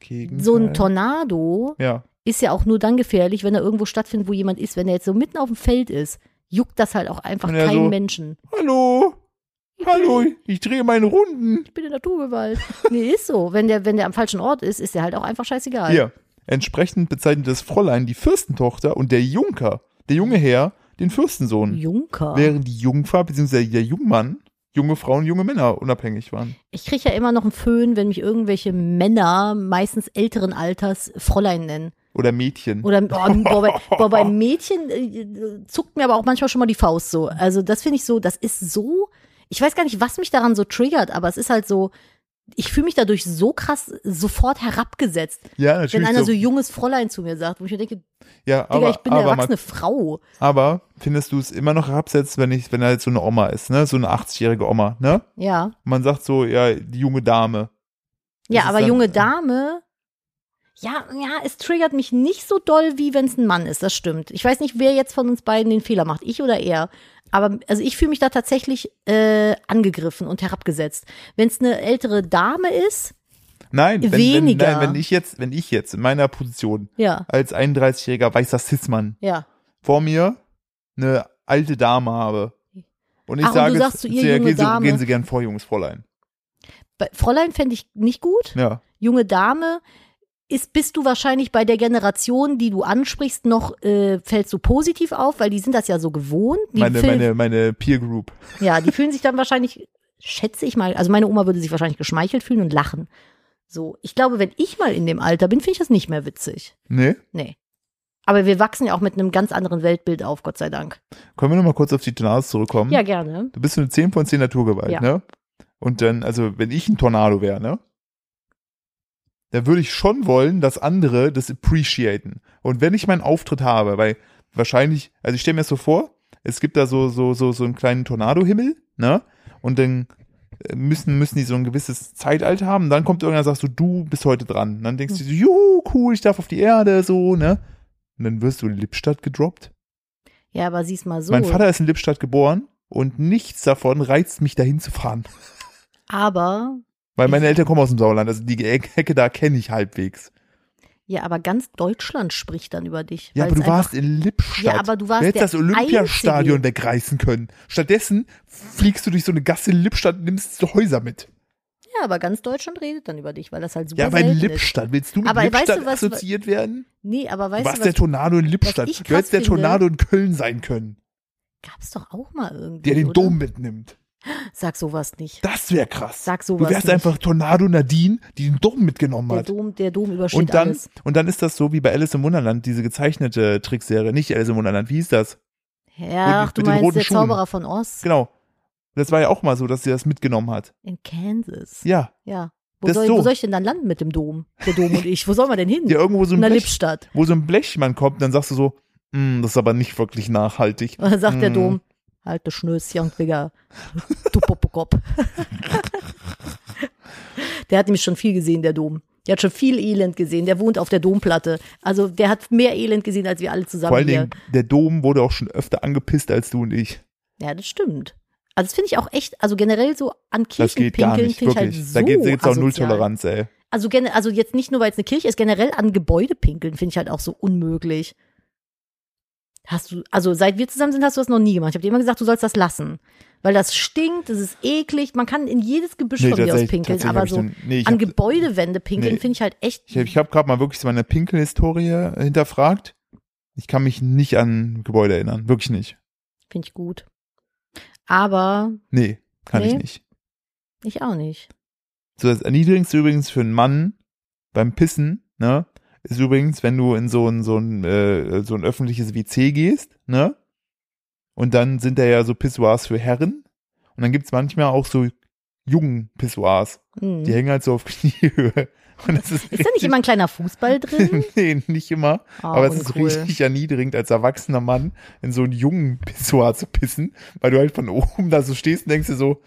Gegenteil. so ein Tornado Ja. ist ja auch nur dann gefährlich, wenn er irgendwo stattfindet, wo jemand ist. Wenn er jetzt so mitten auf dem Feld ist, juckt das halt auch einfach Wenn er keinen so- Menschen. Hallo. Hallo, ich drehe meine Runden. Ich bin in Naturgewalt. nee, ist so. Wenn der, wenn der am falschen Ort ist, ist er halt auch einfach scheißegal. Hier, entsprechend bezeichnet das Fräulein die Fürstentochter und der Junker, der junge Herr, den Fürstensohn. Junker. Während die Jungfer bzw. der Jungmann junge Frauen, junge Männer unabhängig waren. Ich kriege ja immer noch einen Föhn, wenn mich irgendwelche Männer, meistens älteren Alters, Fräulein nennen. Oder Mädchen. Oder boah, boah, bei, boah, bei Mädchen äh, zuckt mir aber auch manchmal schon mal die Faust so. Also das finde ich so, das ist so, ich weiß gar nicht, was mich daran so triggert, aber es ist halt so, ich fühle mich dadurch so krass sofort herabgesetzt. ja, natürlich. Wenn einer so, so, junges Fräulein zu mir sagt, wo ich mir denke, ja, Digga, aber, ich bin eine aber, erwachsene Frau. Man, aber findest du es immer noch herabsetzt, wenn ich, wenn halt so eine Oma ist, ne? So eine 80-jährige Oma, ne? Ja. Und man sagt so, ja, die junge Dame. Ja, ist aber dann- äh, junge Dame. Ja, ja, es triggert mich nicht so doll, wie wenn es ein Mann ist, das stimmt. Ich weiß nicht, wer jetzt von uns beiden den Fehler macht, ich oder er. Aber also ich fühle mich da tatsächlich äh, angegriffen und herabgesetzt. Wenn es eine ältere Dame ist, Nein, wenn, wenn, Weniger. nein, wenn ich jetzt, wenn ich jetzt in meiner Position ja, als 31-jähriger weißer Cis-Mann ja. vor mir eine alte Dame habe. Und ich Ach, und du sage, sagst zu ihr, sehr, junge gehen, Sie, Dame. gehen Sie gern vor, junges Fräulein. Bei Fräulein fände ich nicht gut. Ja. Junge Dame ist, bist du wahrscheinlich bei der Generation, die du ansprichst, noch äh, fällst du positiv auf, weil die sind das ja so gewohnt. Die Meine, Fil- meine, meine Peer Group. Ja, die fühlen sich dann wahrscheinlich, schätze ich mal, also meine Oma würde sich wahrscheinlich geschmeichelt fühlen und lachen. So, ich glaube, wenn ich mal in dem Alter bin, finde ich das nicht mehr witzig. Nee? Nee. Aber wir wachsen ja auch mit einem ganz anderen Weltbild auf, Gott sei Dank. Können wir nochmal kurz auf die Tornados zurückkommen? Ja, gerne. Du bist so eine 10 von 10 Naturgewalt, Hm? Ja. ne? Und dann, also wenn ich ein Tornado wäre, ne? Dann würde ich schon wollen, dass andere das appreciaten. Und wenn ich meinen Auftritt habe, weil wahrscheinlich, also ich stelle mir das so vor, es gibt da so, so, so, so einen kleinen Tornadohimmel, ne? Und dann äh, müssen, müssen die so ein gewisses Zeitalter haben. Dann kommt irgendeiner und sagt so, du bist heute dran. Und dann denkst du so, juhu, cool, ich darf auf die Erde, so, ne? Und dann wirst du in Lippstadt gedroppt. Ja, aber sieh's mal so. Mein Vater ist in Lippstadt geboren und nichts davon reizt mich, dahin zu fahren. aber, Weil meine Eltern kommen aus dem Sauerland, also die Ecke Ecke da kenne ich halbwegs. ja, aber ganz Deutschland spricht dann über dich. Ja, aber weil es du einfach- warst in Lippstadt. Ja, aber du warst Du hättest der das Olympiastadion Einzige. wegreißen können. Stattdessen fliegst du durch so eine Gasse in Lippstadt und nimmst Häuser mit. Ja, aber ganz Deutschland redet dann über dich, weil das halt super Ja, aber in selten ist. Lippstadt. Willst du mit Aber weißt Lippstadt du, was- assoziiert werden? Nee, aber Du weißt warst du, der was, Tornado in Lippstadt. ich Du hättest krass der finde? Tornado in Köln sein können, gab's doch auch mal irgendwie, der den oder? Dom mitnimmt. Sag sowas nicht. Das wäre krass. Sag Du sowas wärst nicht. einfach Tornado Nadine, die den Dom mitgenommen der hat. Dom, der Dom übersteht Und dann, alles. und dann ist das so wie bei Alice im Wunderland, diese gezeichnete Trickserie. Nicht Alice im Wunderland, wie hieß das? Ja, mit- ach, du mit den roten meinst der Schuhen. Zauberer von Oz Genau. Das war ja auch mal so, dass sie das mitgenommen hat. in Kansas. Ja. Ja. Wo, Das soll, Dom. wo soll ich denn dann landen mit dem Dom? Der Dom und ich. Wo sollen wir denn hin? Ja, irgendwo so ein, In der Blech, Lippstadt. wo so ein Blechmann kommt, dann sagst du so, "Hm, das ist aber nicht wirklich nachhaltig. Und dann sagt der Mm. Dom, halt du Schnöschen, Digga. Du Popokop. der hat nämlich schon viel gesehen, der Dom. Der hat schon viel Elend gesehen. Der wohnt auf der Domplatte. Also der hat mehr Elend gesehen, als wir alle zusammen Vor allen hier. Dingen, der Dom wurde auch schon öfter angepisst als du und ich. Ja, das stimmt. Also das finde ich auch echt, also generell so an Das Kirchen geht gar pinkeln nicht, finde ich halt wirklich. so da geht es auch asozial. Nulltoleranz, ey. Also, gene- also jetzt nicht nur, weil es eine Kirche ist, generell an Gebäude pinkeln finde ich halt auch so unmöglich. Hast du, also seit wir zusammen sind, hast du das noch nie gemacht. Ich habe dir immer gesagt, du sollst das lassen. Weil das stinkt, es ist eklig, man kann in jedes Gebüsch von mir aus pinkeln, hab aber ich so den- nee, ich an hab- äh, Gebäudewände pinkeln Nee. finde ich halt echt. Ich habe ich hab gerade mal wirklich so meine Pinkelhistorie hinterfragt. Ich kann mich nicht an Gebäude erinnern. Wirklich nicht. Finde ich gut. Aber Nee, kann ich Nee. nicht. ich auch nicht. So das Erniedrigendste übrigens für einen Mann beim Pissen, ne, ist übrigens, wenn du in so ein, so ein, äh, so ein öffentliches WC gehst, ne, und dann sind da ja so Pissoirs für Herren und dann gibt's manchmal auch so jungen Pissoirs, Hm. die hängen halt so auf Kniehöhe. Und das ist, Ist da nicht immer ein kleiner Fußball drin? Nee, nicht immer. Oh, aber es ist uncool. richtig erniedrigend, als erwachsener Mann in so einen jungen Pissoir zu pissen, weil du halt von oben da so stehst und denkst dir so,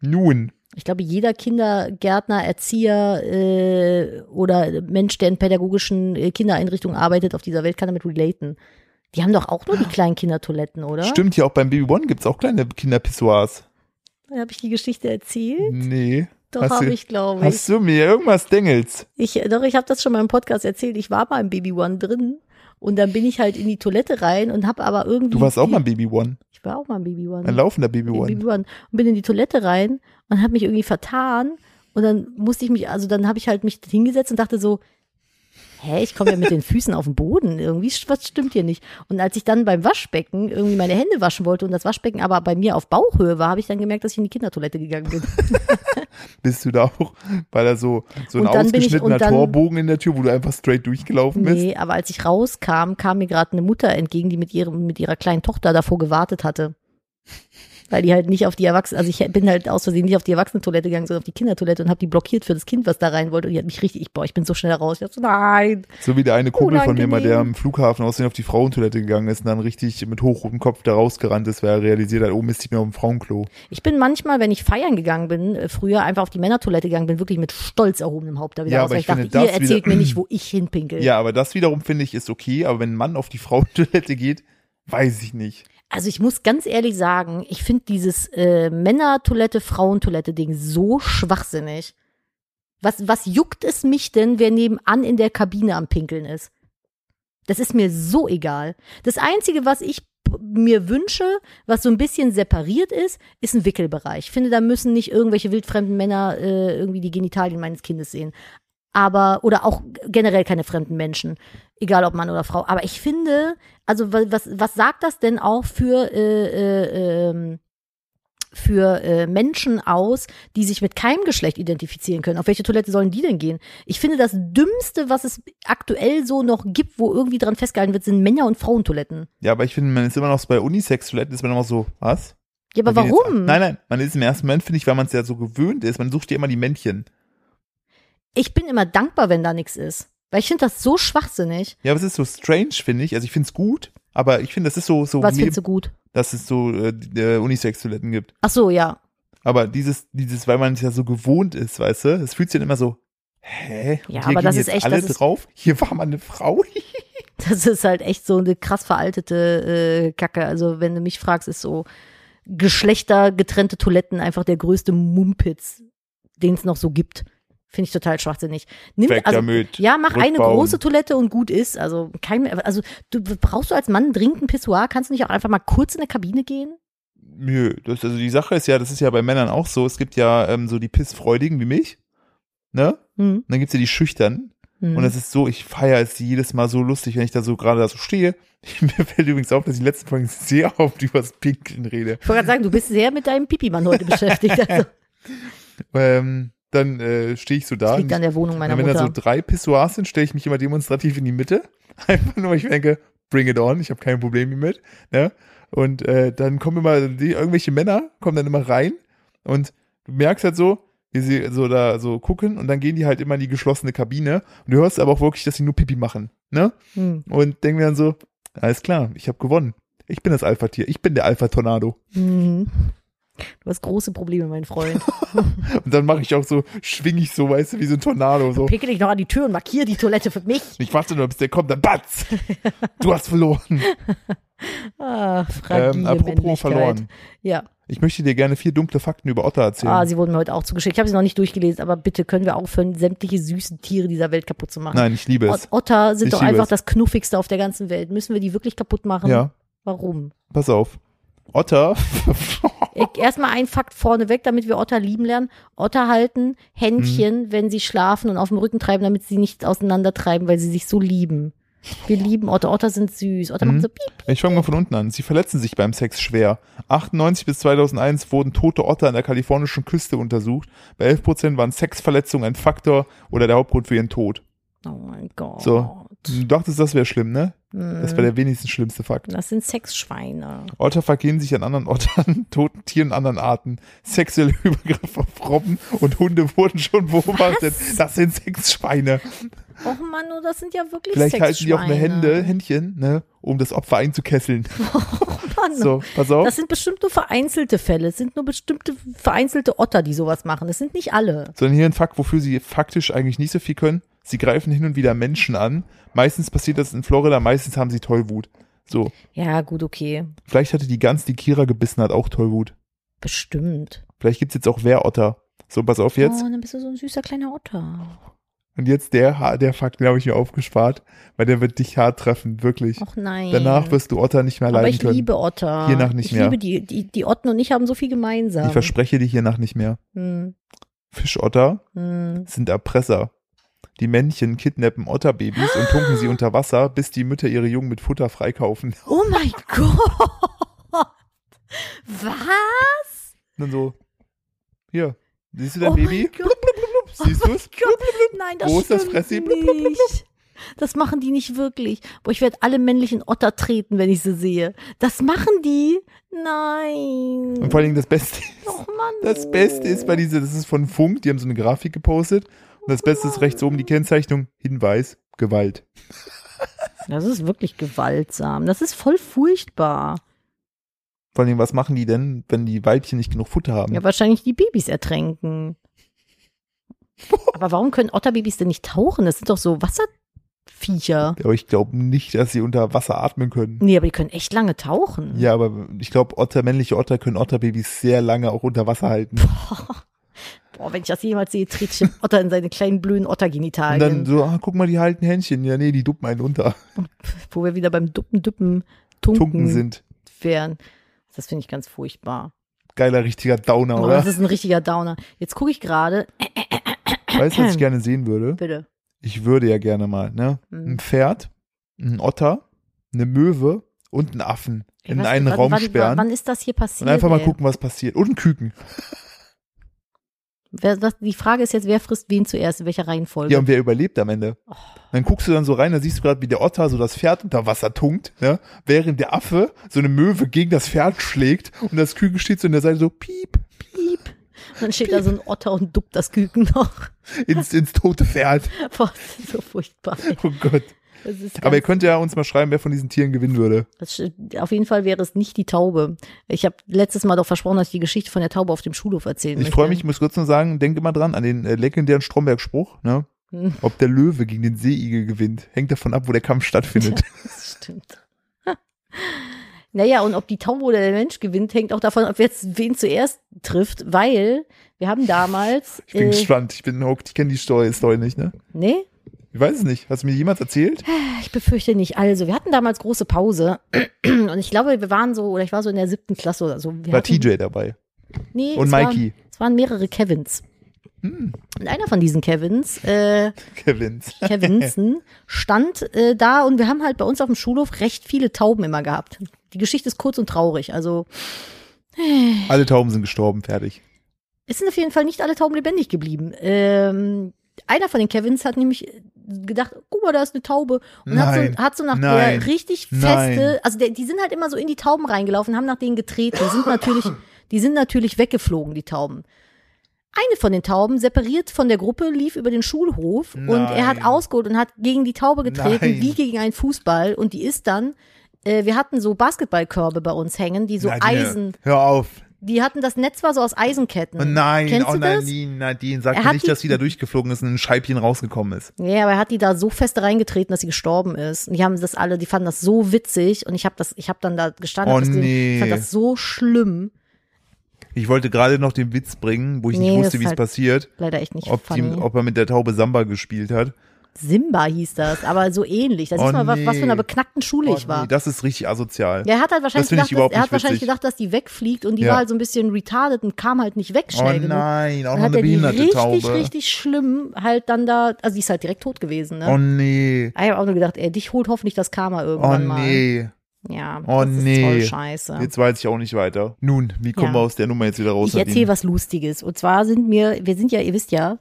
nun, Ich glaube, jeder Kindergärtner, Erzieher äh, oder Mensch, der in pädagogischen äh, Kindereinrichtungen arbeitet auf dieser Welt, kann damit relaten. Die haben doch auch nur die kleinen Kindertoiletten, oder? Ah. Stimmt, hier auch beim Baby One gibt's auch kleine Kinderpissoirs. Habe ich die Geschichte erzählt? Nee. Doch, Hast du- habe ich, glaube ich. Hast du mir irgendwas dengels? ich. Doch, ich habe das schon mal im Podcast erzählt. Ich war mal im Baby One drin und dann bin ich halt in die Toilette rein und habe aber irgendwie. Du warst auch mal ein Baby One. Ich war auch mal im Baby One. Ein laufender Baby in One. Baby One. Und bin in die Toilette rein und habe mich irgendwie vertan. Und dann musste ich mich, also dann habe ich halt mich hingesetzt und dachte so, hä, ich komme ja mit den Füßen auf den Boden, irgendwie st- was stimmt hier nicht. Und als ich dann beim Waschbecken irgendwie meine Hände waschen wollte und das Waschbecken aber bei mir auf Bauchhöhe war, habe ich dann gemerkt, dass ich in die Kindertoilette gegangen bin. Bist du da auch, weil da so, so ein Und dann bin ich- ausgeschnittener und dann- Torbogen in der Tür, wo du einfach straight durchgelaufen bist? Nee, aber als ich rauskam, kam mir gerade eine Mutter entgegen, die mit, ihrem, mit ihrer kleinen Tochter davor gewartet hatte. Weil die halt nicht auf die Erwachsenen, also ich bin halt aus Versehen nicht auf die Erwachsenentoilette gegangen, sondern auf die Kindertoilette und habe die blockiert für das Kind, was da rein wollte. Und die hat mich richtig, ich, boah, ich bin so schnell raus. Ich hab so, nein. So wie der Oh, eine Kumpel von mir mal, der am Unangenehm. Flughafen aussehen auf die Frauentoilette gegangen ist und dann richtig mit hochrotem Kopf da rausgerannt ist, weil er realisiert hat, oh Mist, ich bin auf dem Frauenklo. Ich bin manchmal, wenn ich feiern gegangen bin, äh, früher einfach auf die Männertoilette gegangen bin, wirklich mit stolz erhobenem Haupt da wieder Ja, raus, aber weil ich ich dachte, finde, ihr das erzählt wieder- mir nicht, wo ich hinpinkel. Ja, aber das wiederum finde ich ist okay, aber wenn ein Mann auf die Frauentoilette geht, weiß ich nicht. Also ich muss ganz ehrlich sagen, ich finde dieses äh, Männertoilette, Frauentoilette-Ding so schwachsinnig. Was, was juckt es mich denn, wer nebenan in der Kabine am Pinkeln ist? Das ist mir so egal. Das Einzige, was ich b- mir wünsche, was so ein bisschen separiert ist, ist ein Wickelbereich. Ich finde, da müssen nicht irgendwelche wildfremden Männer äh, irgendwie die Genitalien meines Kindes sehen. Aber, oder auch generell keine fremden Menschen, egal ob Mann oder Frau. Aber ich finde, also wa- was, was sagt das denn auch für, äh, äh, ähm, für äh, Menschen aus, die sich mit keinem Geschlecht identifizieren können? Auf welche Toilette sollen die denn gehen? Ich finde, das Dümmste, was es aktuell so noch gibt, wo irgendwie dran festgehalten wird, sind Männer- und Frauentoiletten. Ja, aber ich finde, man ist immer noch so bei Unisex-Toiletten, ist man immer noch so, was? Ja, aber Man geht jetzt- warum? Nein, nein, man ist im ersten Moment, finde ich, weil man es ja so gewöhnt ist, man sucht ja immer die Männchen. Ich bin immer dankbar, wenn da nichts ist. Weil ich finde das so schwachsinnig. Ja, aber es ist so strange, finde ich. Also ich finde es gut, aber ich finde, das ist so, so Was neben- findest du gut? dass es so äh, die- äh, Unisex-Toiletten gibt. Ach so, ja. Aber dieses, dieses, weil man es ja so gewohnt ist, weißt du, es fühlt sich dann immer so, hä? Und Ja, hier aber gehen das jetzt ist echt- alle das ist- drauf? Hier war mal eine Frau? Das ist halt echt so eine krass veraltete äh, Kacke. Also wenn du mich fragst, ist so geschlechtergetrennte Toiletten einfach der größte Mumpitz, den es noch so gibt. Finde ich total schwachsinnig. Nimm, Weg also, damit. ja, mach eine Rückbauen. große Toilette und gut ist. Also kein, also du brauchst du als Mann dringend ein Pissoir. Kannst du nicht auch einfach mal kurz in eine Kabine gehen? Nö, das, also die Sache ist ja, das ist ja bei Männern auch so, es gibt ja ähm, so die Pissfreudigen wie mich, ne? Und Hm, dann gibt's ja die Schüchtern. hm. Und das ist so, ich feiere es jedes Mal so lustig, wenn ich da so gerade da so stehe. Mir fällt übrigens auf, dass ich in den letzten Folgen sehr oft über das Pinkeln rede. ich wollte gerade sagen, du bist sehr mit deinem Pipi-Mann heute beschäftigt. Also, Ähm, dann äh, stehe ich so da. das und liegt an der Wohnung meiner Und wenn Mutter. da so drei Pissoirs sind, stelle ich mich immer demonstrativ in die Mitte. Einfach nur, weil ich denke, bring it on, ich habe kein Problem damit. Ne? Und äh, dann kommen immer die, irgendwelche Männer, kommen dann immer rein und du merkst halt so, wie sie so da so gucken und dann gehen die halt immer in die geschlossene Kabine und du hörst aber auch wirklich, dass sie nur Pipi machen. Ne? hm. Und denken dann so, alles klar, ich habe gewonnen. Ich bin das Alpha-Tier, ich bin der Alpha-Tornado. Mhm. Du hast große Probleme, mein Freund. Und dann mache ich auch so, schwing ich so, weißt du, wie so ein Tornado. So. Picke dich noch an die Tür und markiere die Toilette für mich. Ich warte nur, bis der kommt, dann batz! Du hast verloren. Ah, fragile Ähm, apropos Männlichkeit. verloren. Ja. Ich möchte dir gerne vier dunkle Fakten über Otter erzählen. Ah, sie wurden mir heute auch zugeschickt. Ich habe sie noch nicht durchgelesen, aber bitte können wir aufhören, sämtliche süßen Tiere dieser Welt kaputt zu machen. Nein, ich liebe es. Ot- Otter sind Ich doch liebe einfach es. das Knuffigste auf der ganzen Welt. Müssen wir die wirklich kaputt machen? Ja, Warum? pass auf. Otter. Ich- Erstmal ein Fakt vorneweg, damit wir Otter lieben lernen. Otter halten Händchen, Mhm. wenn sie schlafen und auf dem Rücken treiben, damit sie nicht auseinandertreiben, weil sie sich so lieben. Wir lieben Otter. Otter sind süß. Otter Mhm. machen so piep. ich fange mal von unten an. Sie verletzen sich beim Sex schwer. 98 bis 2001 wurden tote Otter an der kalifornischen Küste untersucht. Bei 11% waren Sexverletzungen ein Faktor oder der Hauptgrund für ihren Tod. Oh mein Gott. So. Du dachtest, das wäre schlimm, ne? Das war der wenigstens schlimmste Fakt. Das sind Sexschweine. Otter vergehen sich an anderen Ottern, toten Tieren, anderen Arten. Sexuelle Übergriffe auf Robben und Hunde wurden schon beobachtet. Das sind Sexschweine. Oh Mann, oh, das sind ja wirklich Vielleicht halten die Sexschweine. auch eine Hände, Händchen, ne, um das Opfer einzukesseln. Mann, So, pass auf. Das sind bestimmt nur vereinzelte Fälle. Es sind nur bestimmte vereinzelte Otter, die sowas machen. Es sind nicht alle. Sondern hier ein Fakt, wofür sie faktisch eigentlich nicht so viel können. Sie greifen hin und wieder Menschen an. Meistens passiert das in Florida, meistens haben sie Tollwut. So, Ja, gut, okay. vielleicht hatte die Gans, die Kira gebissen hat, auch Tollwut. Bestimmt. Vielleicht gibt's jetzt auch Wehrotter. So, pass auf jetzt. Oh, dann bist du so ein süßer kleiner Otter. Und jetzt der, Ha- der Fakt, den habe ich mir aufgespart, weil der wird dich hart treffen, wirklich. Och nein. Danach wirst du Otter nicht mehr Aber leiden ich können. liebe Otter. Hiernach nicht ich mehr. liebe die, die, die Otten und ich haben so viel gemeinsam. ich verspreche dir hiernach nicht mehr. hm, Fischotter hm. sind Erpresser. Die Männchen kidnappen Otterbabys und tunken sie unter Wasser, bis die Mütter ihre Jungen mit Futter freikaufen. Oh mein Gott. Was? Und dann so, hier, siehst du oh dein Baby? Mein Gott. Siehst oh du mein es? Gott. Nein, das Wo ist das stimmt Fressi? Blub, blub, blub, nicht. Das machen die nicht wirklich. Boah, ich werde alle männlichen Otter treten, wenn ich sie sehe. Das machen die? Nein. Und vor allen Dingen das Beste ist, Och, Mann. das Beste ist bei dieser, das ist von Funk, die haben so eine Grafik gepostet. Und das Beste ist rechts oben die Kennzeichnung, Hinweis, Gewalt. Das ist wirklich gewaltsam. Das ist voll furchtbar. Vor allen Dingen, was machen die denn, wenn die Weibchen nicht genug Futter haben? Ja, wahrscheinlich die Babys ertränken. Aber warum können Otterbabys denn nicht tauchen? Das sind doch so Wasserviecher. Aber ich glaube nicht, dass sie unter Wasser atmen können. Nee, aber die können echt lange tauchen. Ja, aber ich glaube, Otter, männliche Otter können Otterbabys sehr lange auch unter Wasser halten. Boah, wenn ich das jemals sehe, trete ich den Otter in seine kleinen blöden Und dann Ottergenitalien. so, ah, guck mal, die halten Händchen. Ja, nee, die duppen einen unter. Wo wir wieder beim Duppen-Duppen tunken, Tunken sind. wären. Das finde ich ganz furchtbar. Geiler, richtiger Downer, Oh, oder? das ist ein richtiger Downer. Jetzt gucke ich gerade. Oh, Weißt du, was ich gerne sehen würde? Bitte. Ich würde ja gerne mal, ne? Mhm. Ein Pferd, ein Otter, eine Möwe und einen Affen Ey, in was- einen wann, Raum wann, sperren. Wann ist das hier passiert? und einfach mal ey? gucken, was passiert. Und ein Küken. Wer, das, die Frage ist jetzt, wer frisst wen zuerst, in welcher Reihenfolge? Ja, und wer überlebt am Ende? Oh. Dann guckst du dann so rein, dann siehst du gerade, wie der Otter so das Pferd unter Wasser tunkt, ne? während der Affe so eine Möwe gegen das Pferd schlägt und das Küken steht so in der Seite so piep Piep. Und dann steht da so ein Otter und duppt das Küken noch. ins, ins tote Pferd. Boah, das ist so furchtbar. ey. Oh Gott. Das ist Aber ihr ganz, könnt ja uns mal schreiben, wer von diesen Tieren gewinnen würde. das, steht- auf jeden Fall wäre es nicht die Taube. Ich habe letztes Mal doch versprochen, dass ich die Geschichte von der Taube auf dem Schulhof erzählen Ich möchte. freue mich, ich muss kurz nur sagen, denk immer dran an den äh, legendären Stromberg-Spruch, ne? Hm. Ob der Löwe gegen den Seeigel gewinnt, hängt davon ab, wo der Kampf stattfindet. Das stimmt. Naja, und ob die Taube oder der Mensch gewinnt, hängt auch davon ab, wer jetzt wen zuerst trifft, weil wir haben damals. Ich bin äh, gespannt, ich bin hooked, ich kenne die Story, Story nicht, ne? nee, Ich weiß es nicht. Hast du mir jemals erzählt? ich befürchte nicht. Also, wir hatten damals große Pause und ich glaube, wir waren so, oder ich war so in der siebten Klasse oder so. Wir War hatten, TJ dabei. nee, und es Mikey. Hm. Waren, es waren mehrere Kevins. Und einer von diesen Kevins, äh, Kevins. Kevinson, stand äh, da und wir haben halt bei uns auf dem Schulhof recht viele Tauben immer gehabt. Die Geschichte ist kurz und traurig. Also, Alle Tauben sind gestorben, fertig. Es sind auf jeden Fall nicht alle Tauben lebendig geblieben. Ähm, einer von den Kevins hat nämlich gedacht, guck mal, da ist eine Taube. Und hat, Nein. so, hat so nach Nein. der richtig feste, Nein. also der, die sind halt immer so in die Tauben reingelaufen, haben nach denen getreten. Die sind natürlich, die sind natürlich weggeflogen, die Tauben. Eine von den Tauben, separiert von der Gruppe, lief über den Schulhof und er hat Nein. ausgeholt und hat gegen die Taube getreten, Nein. wie gegen einen Fußball. Und die ist dann, äh, wir hatten so Basketballkörbe bei uns hängen, die so äh, Eisen, Hör auf. die hatten das Netz war so aus Eisenketten. Oh nein, Kennst oh du nein, das? Nadine, Nadine, sag Er mir hat nicht, die- dass sie da durchgeflogen ist und ein Scheibchen rausgekommen ist. Ja, aber er hat die da so fest reingetreten, dass sie gestorben ist. Und die haben das alle, die fanden das so witzig und ich habe das, ich habe dann da gestanden, Oh hab das gesehen. ich fand nee. das so schlimm. Ich wollte gerade noch den Witz bringen, wo ich Nee, nicht das wusste, ist wie es halt passiert, Leider echt nicht ob, die, funny. ob er mit der Taube Samba gespielt hat. Simba hieß das, aber so ähnlich. Da Oh siehst du mal, was, was für nee. einer beknackten Schule Oh, ich war. nee, das ist richtig asozial. ja, er hat halt das wahrscheinlich, find ich gedacht, dass, überhaupt er hat nicht wahrscheinlich witzig. gedacht, dass die wegfliegt und die Ja. war halt so ein bisschen retarded und kam halt nicht weg oh schnell genug. nein, auch noch Dann hat eine er die behinderte richtig, Taube. richtig schlimm halt dann da, also die ist halt direkt tot gewesen, ne? Oh nee, ich habe auch nur gedacht, ey, dich holt hoffentlich das Karma oh irgendwann mal. nee. Ja, Oh, das nee. ist voll scheiße. Jetzt weiß ich auch nicht weiter. Nun, wie kommen Ja. wir aus der Nummer jetzt wieder raus? ich erzähle Nadine? was Lustiges. Und zwar sind mir, wir sind ja, ihr wisst ja,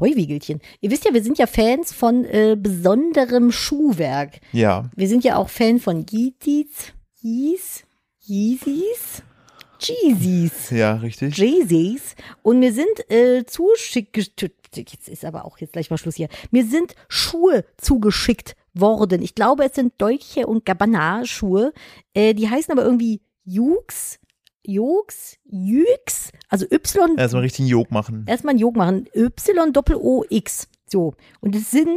Heuwiegelchen. Ihr wisst ja, wir sind ja Fans von äh, besonderem Schuhwerk. Ja, Wir sind ja auch Fan von Yeezys, Yeezys, Yeezys, Jeezys, ja, richtig. Jeezys. Und mir sind äh, zuschickt, jetzt ist aber auch jetzt gleich mal Schluss hier. Mir sind Schuhe zugeschickt worden. Ich glaube, es sind Deutsche und Gabbana-Schuhe. Äh, die heißen aber irgendwie Jux, Jux, Jux, also Y Erstmal richtig einen Jog machen. erstmal einen Jog machen. Y-Doppel-O-X. So. Und es sind,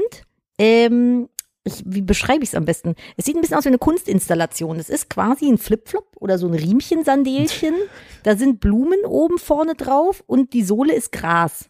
ähm, ich, wie beschreibe ich es am besten? Es sieht ein bisschen aus wie eine Kunstinstallation. Es ist quasi ein Flipflop oder so ein Riemchensandälchen. da sind Blumen oben vorne drauf und die Sohle ist Gras.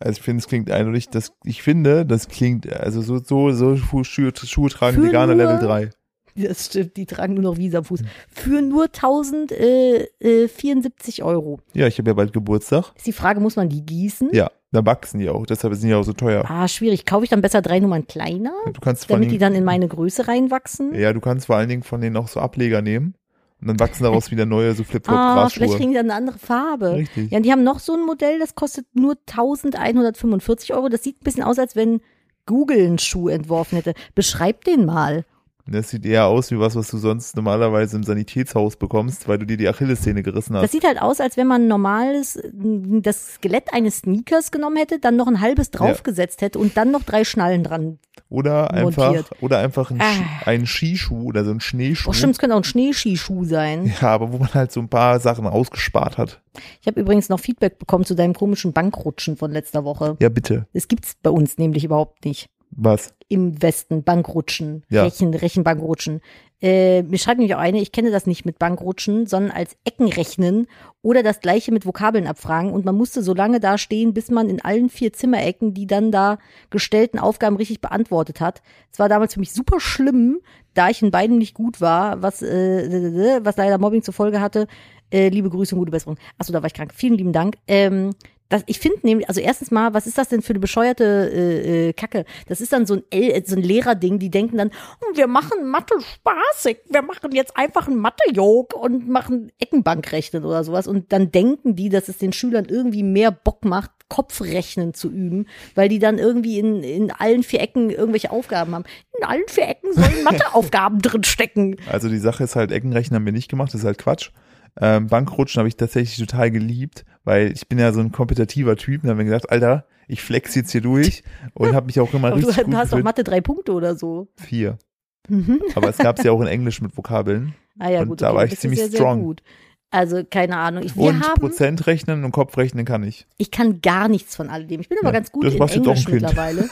Also ich finde, es klingt eindeutig, das, ich finde, das klingt, also so, so, so Schu- Schuhe, Schuhe tragen Für Veganer nur- Level 3. Das stimmt, die tragen nur noch Visa am Fuß. Hm. Für nur äh, 1074 Euro. Ja, ich habe ja bald Geburtstag. Ist die Frage, muss man die gießen? Ja, Da wachsen die auch, deshalb sind die auch so teuer. Ah, schwierig. Kaufe ich dann besser drei Nummern kleiner, Du kannst vor allen damit die Dingen, dann in meine Größe reinwachsen? ja, du kannst vor allen Dingen von denen auch so Ableger nehmen und dann wachsen daraus wieder neue so flip flop Ah, vielleicht grassschuhe kriegen die dann eine andere Farbe. Richtig. Ja, und die haben noch so ein Modell, das kostet nur 1145 Euro. Das sieht ein bisschen aus, als wenn Google einen Schuh entworfen hätte. Beschreib den mal. Das sieht eher aus wie was, was du sonst normalerweise im Sanitätshaus bekommst, weil du dir die Achillessehne gerissen Das hast. sieht halt aus, als wenn man ein normales, äh, das Skelett eines Sneakers genommen hätte, dann noch ein halbes draufgesetzt hätte und dann noch drei Schnallen dran. Oder einfach, montiert. oder einfach ein, Ski- Ah. ein Skischuh oder so ein Schneeschuh. Oh, stimmt, es könnte auch ein Schneeskischuh sein. Ja, aber wo man halt so ein paar Sachen ausgespart hat. Ich habe übrigens noch Feedback bekommen zu deinem komischen Bankrutschen von letzter Woche. Ja, bitte. Das gibt's bei uns nämlich überhaupt nicht. Was? im Westen Bankrutschen, Ja. Rechen, Rechenbankrutschen. Äh, mir schreibt nämlich auch eine, ich kenne das nicht mit Bankrutschen, sondern als Eckenrechnen oder das gleiche mit Vokabeln abfragen. Und man musste so lange da stehen, bis man in allen vier Zimmerecken die dann da gestellten Aufgaben richtig beantwortet hat. Es war damals für mich super schlimm, da ich in beidem nicht gut war, was, äh, was leider Mobbing zur Folge hatte. Äh, liebe Grüße und gute Besserung. Achso, da war ich krank. Vielen lieben Dank. Ähm, das, ich finde nämlich, also erstens mal, was ist das denn für eine bescheuerte äh, äh, Kacke? Das ist dann so ein, L, äh, so ein Lehrerding, die denken dann, "Hm, wir machen Mathe spaßig, wir machen jetzt einfach einen Mathe-Jog und machen Eckenbankrechnen oder sowas. Und dann denken die, dass es den Schülern irgendwie mehr Bock macht, Kopfrechnen zu üben, weil die dann irgendwie in, in allen vier Ecken irgendwelche Aufgaben haben. In allen vier Ecken sollen Matheaufgaben drinstecken. Also die Sache ist halt, Eckenrechnen haben wir nicht gemacht, das ist halt Quatsch. Ähm, Bankrutschen habe ich tatsächlich total geliebt, weil ich bin ja so ein kompetitiver Typ und habe mir gedacht, Alter, ich flex jetzt hier durch und habe mich auch immer Aber du richtig gut hast doch gefühlt. Mathe drei Punkte oder so. Vier. Mhm. Aber es gab es ja auch in Englisch mit Vokabeln. Ah ja, Und gut, da okay, war ich das ist ziemlich ja sehr strong. gut. Also keine Ahnung. Ich, wir und haben, Prozentrechnen und Kopfrechnen kann ich. ich kann gar nichts von alledem. Ich bin aber Ja, ganz gut das in machst jetzt auch ein Englisch Kind. mittlerweile.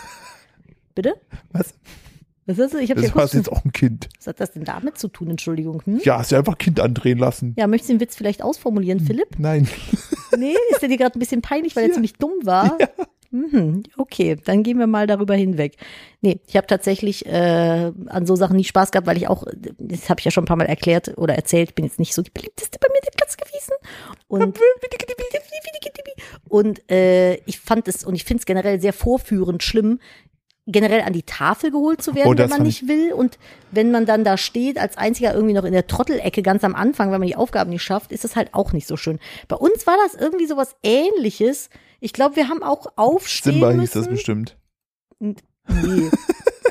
Bitte? Was? Was ist das? Ich habe ja Das war kurz. jetzt auch ein Kind. Was hat das denn damit zu tun? Entschuldigung. Hm? Ja, Hm. hast du einfach Kind andrehen lassen. Ja, möchtest du den Witz vielleicht ausformulieren, Philipp? Nein. Nee, ist der dir gerade ein bisschen peinlich, weil er ziemlich dumm war? Mhm, okay, dann gehen wir mal darüber hinweg. Nee, ich habe tatsächlich äh, an so Sachen nie Spaß gehabt, weil ich auch, das habe ich ja schon ein paar Mal erklärt oder erzählt, ich bin jetzt nicht so die beliebteste bei mir in der Klasse gewesen. Und, und äh, ich fand es und ich finde es generell sehr vorführend schlimm, generell an die Tafel geholt zu werden, Oh, das wenn man fand nicht will. Und wenn man dann da steht, als einziger irgendwie noch in der Trottelecke ganz am Anfang, weil man die Aufgaben nicht schafft, ist das halt auch nicht so schön. Bei uns war das irgendwie sowas ähnliches. Ich glaube, wir haben auch aufstehen Simba hieß müssen. das bestimmt. Nee.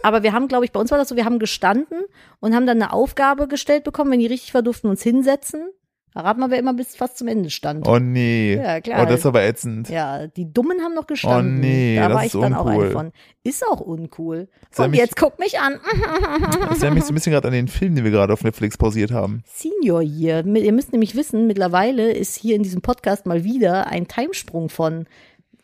Aber wir haben, glaube ich, bei uns war das so, wir haben gestanden und haben dann eine Aufgabe gestellt bekommen. Wenn die richtig war, durften wir uns hinsetzen. Da raten wir, wer immer bis fast zum Ende stand. Oh nee. Ja, klar. Oh, das ist aber ätzend. Ja, die Dummen haben noch gestanden. Oh nee, da das war ich ist dann auch uncool. eine von. Ist auch uncool. Sei und mich- jetzt guck mich an. Das erinnert mich so ein bisschen gerade an den Film, den wir gerade auf Netflix pausiert haben. Senior Year. Mi- Ihr müsst nämlich wissen, mittlerweile ist hier in diesem Podcast mal wieder ein Timesprung von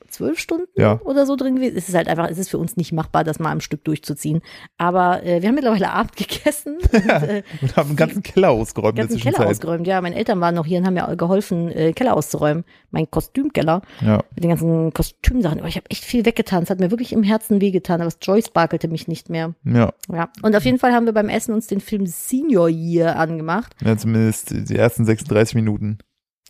zwölf Stunden Ja. oder so drin gewesen. Es ist halt einfach, es ist für uns nicht machbar, das mal am Stück durchzuziehen. Aber äh, wir haben mittlerweile Abend gegessen und äh, Und haben den ganzen Keller ausgeräumt in der ganzen Keller Zwischenzeit. ausgeräumt. Ja, meine Eltern waren noch hier und haben mir geholfen, äh, Keller auszuräumen. Mein Kostümkeller Ja. mit den ganzen Kostümsachen. Aber ich habe echt viel weggetan. Es hat mir wirklich im Herzen wehgetan, aber das Joy sparkelte mich nicht mehr. ja. Ja. Und auf jeden Fall haben wir beim Essen uns den Film Senior Year angemacht. Ja, zumindest die ersten 36 Minuten.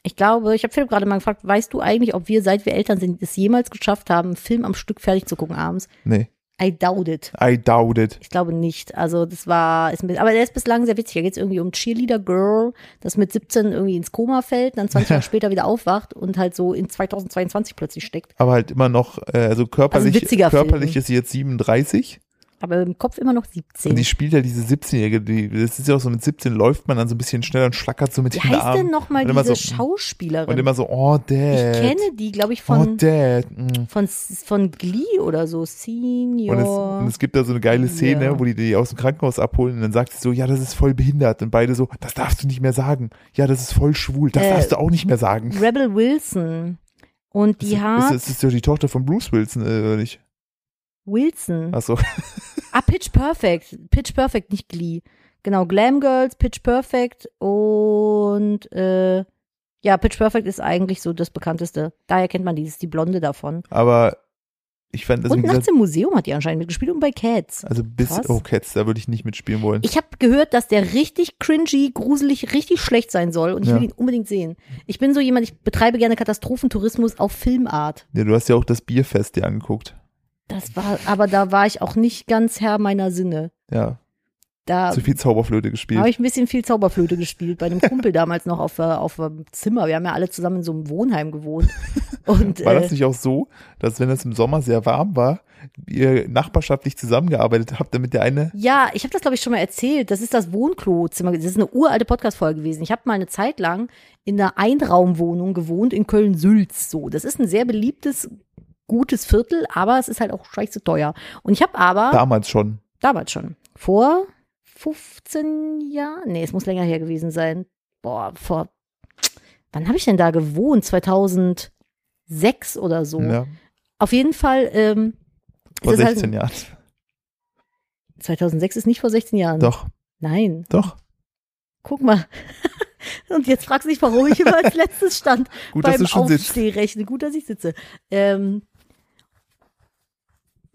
Ich glaube, ich habe Philipp gerade mal gefragt, weißt du eigentlich, ob wir, seit wir Eltern sind, es jemals geschafft haben, einen Film am Stück fertig zu gucken abends? Nee. I doubt it. I doubt it. Ich glaube nicht. Also das war, ist, mit- aber der ist bislang sehr witzig. Da geht es irgendwie um Cheerleader Girl, das mit 17 irgendwie ins Koma fällt, dann 20 Jahre später wieder aufwacht und halt so in 2022 plötzlich steckt. Aber halt immer noch, äh, also körperlich, Also ein witziger körperlich Film. ist sie jetzt 37. Aber im Kopf immer noch Und die 17. spielt ja diese 17-Jährige. die- Das ist ja auch so, mit 17 läuft man dann so ein bisschen schneller und schlackert so mit Wie den heißt Armen. denn nochmal und immer diese so, mm, Und Schauspielerin? immer so, oh, ich Dad. kenne die, glaube ich, oh, von, Dad. mm. von, S- von Glee oder so. Und es, Senior. und es gibt da so eine geile Szene, Ja. wo die die aus dem Krankenhaus abholen und dann sagt sie so, ja, das ist voll behindert. Und beide so, das darfst du nicht mehr sagen. Ja, das ist voll schwul. Das Äh, darfst du auch nicht mehr sagen. Rebel Wilson. Und die Ist, hat ist, ist ja die Tochter von Bruce Wilson, äh, oder nicht? Wilson. Achso, Ah, Pitch Perfect. Pitch Perfect, nicht Glee. Genau, Glam Girls, Pitch Perfect und äh, ja, Pitch Perfect ist eigentlich so das bekannteste. Daher kennt man dieses, die Blonde davon. aber Ich fand das Und im Gesetz- nachts im Museum hat die anscheinend mitgespielt und bei Cats. also bis Krass. Oh Cats, da würde ich nicht mitspielen wollen. Ich habe gehört, dass der richtig cringy, gruselig, richtig schlecht sein soll und ich Ja. will ihn unbedingt sehen. Ich bin so jemand, ich betreibe gerne Katastrophentourismus auf Filmart. Ja, du hast ja auch das Bierfest dir angeguckt. Das war, aber da war ich auch nicht ganz Herr meiner Sinne. Ja, Da zu viel Zauberflöte habe gespielt. ich ein bisschen viel Zauberflöte gespielt bei einem Kumpel damals noch auf, äh, auf dem Zimmer. Wir haben ja alle zusammen in so einem Wohnheim gewohnt. Und War äh, das nicht auch so, dass wenn es im Sommer sehr warm war, ihr nachbarschaftlich zusammengearbeitet habt, damit der eine Ja, ich habe das, glaube ich, schon mal erzählt. Das ist das Wohnklozimmer. Das ist eine uralte Podcast-Folge gewesen. Ich habe mal eine Zeit lang in einer Einraumwohnung gewohnt in Köln-Sülz. So, das ist ein sehr beliebtes, gutes Viertel, aber es ist halt auch scheiße teuer. Und ich habe aber damals schon damals schon, vor 15 Jahren, nee, es muss länger her gewesen sein. Boah, vor, wann habe ich denn da gewohnt? 2006 oder so. ja, Auf jeden Fall, ähm, vor ist es 16 halt, Jahren. 2006 ist nicht vor 16 Jahren. Doch, Nein. doch. guck mal. Und jetzt fragst du dich, warum ich immer als letztes stand Gut, dass beim du schon sitzt. Aufstehrechnen. Gut, dass ich sitze. Ähm,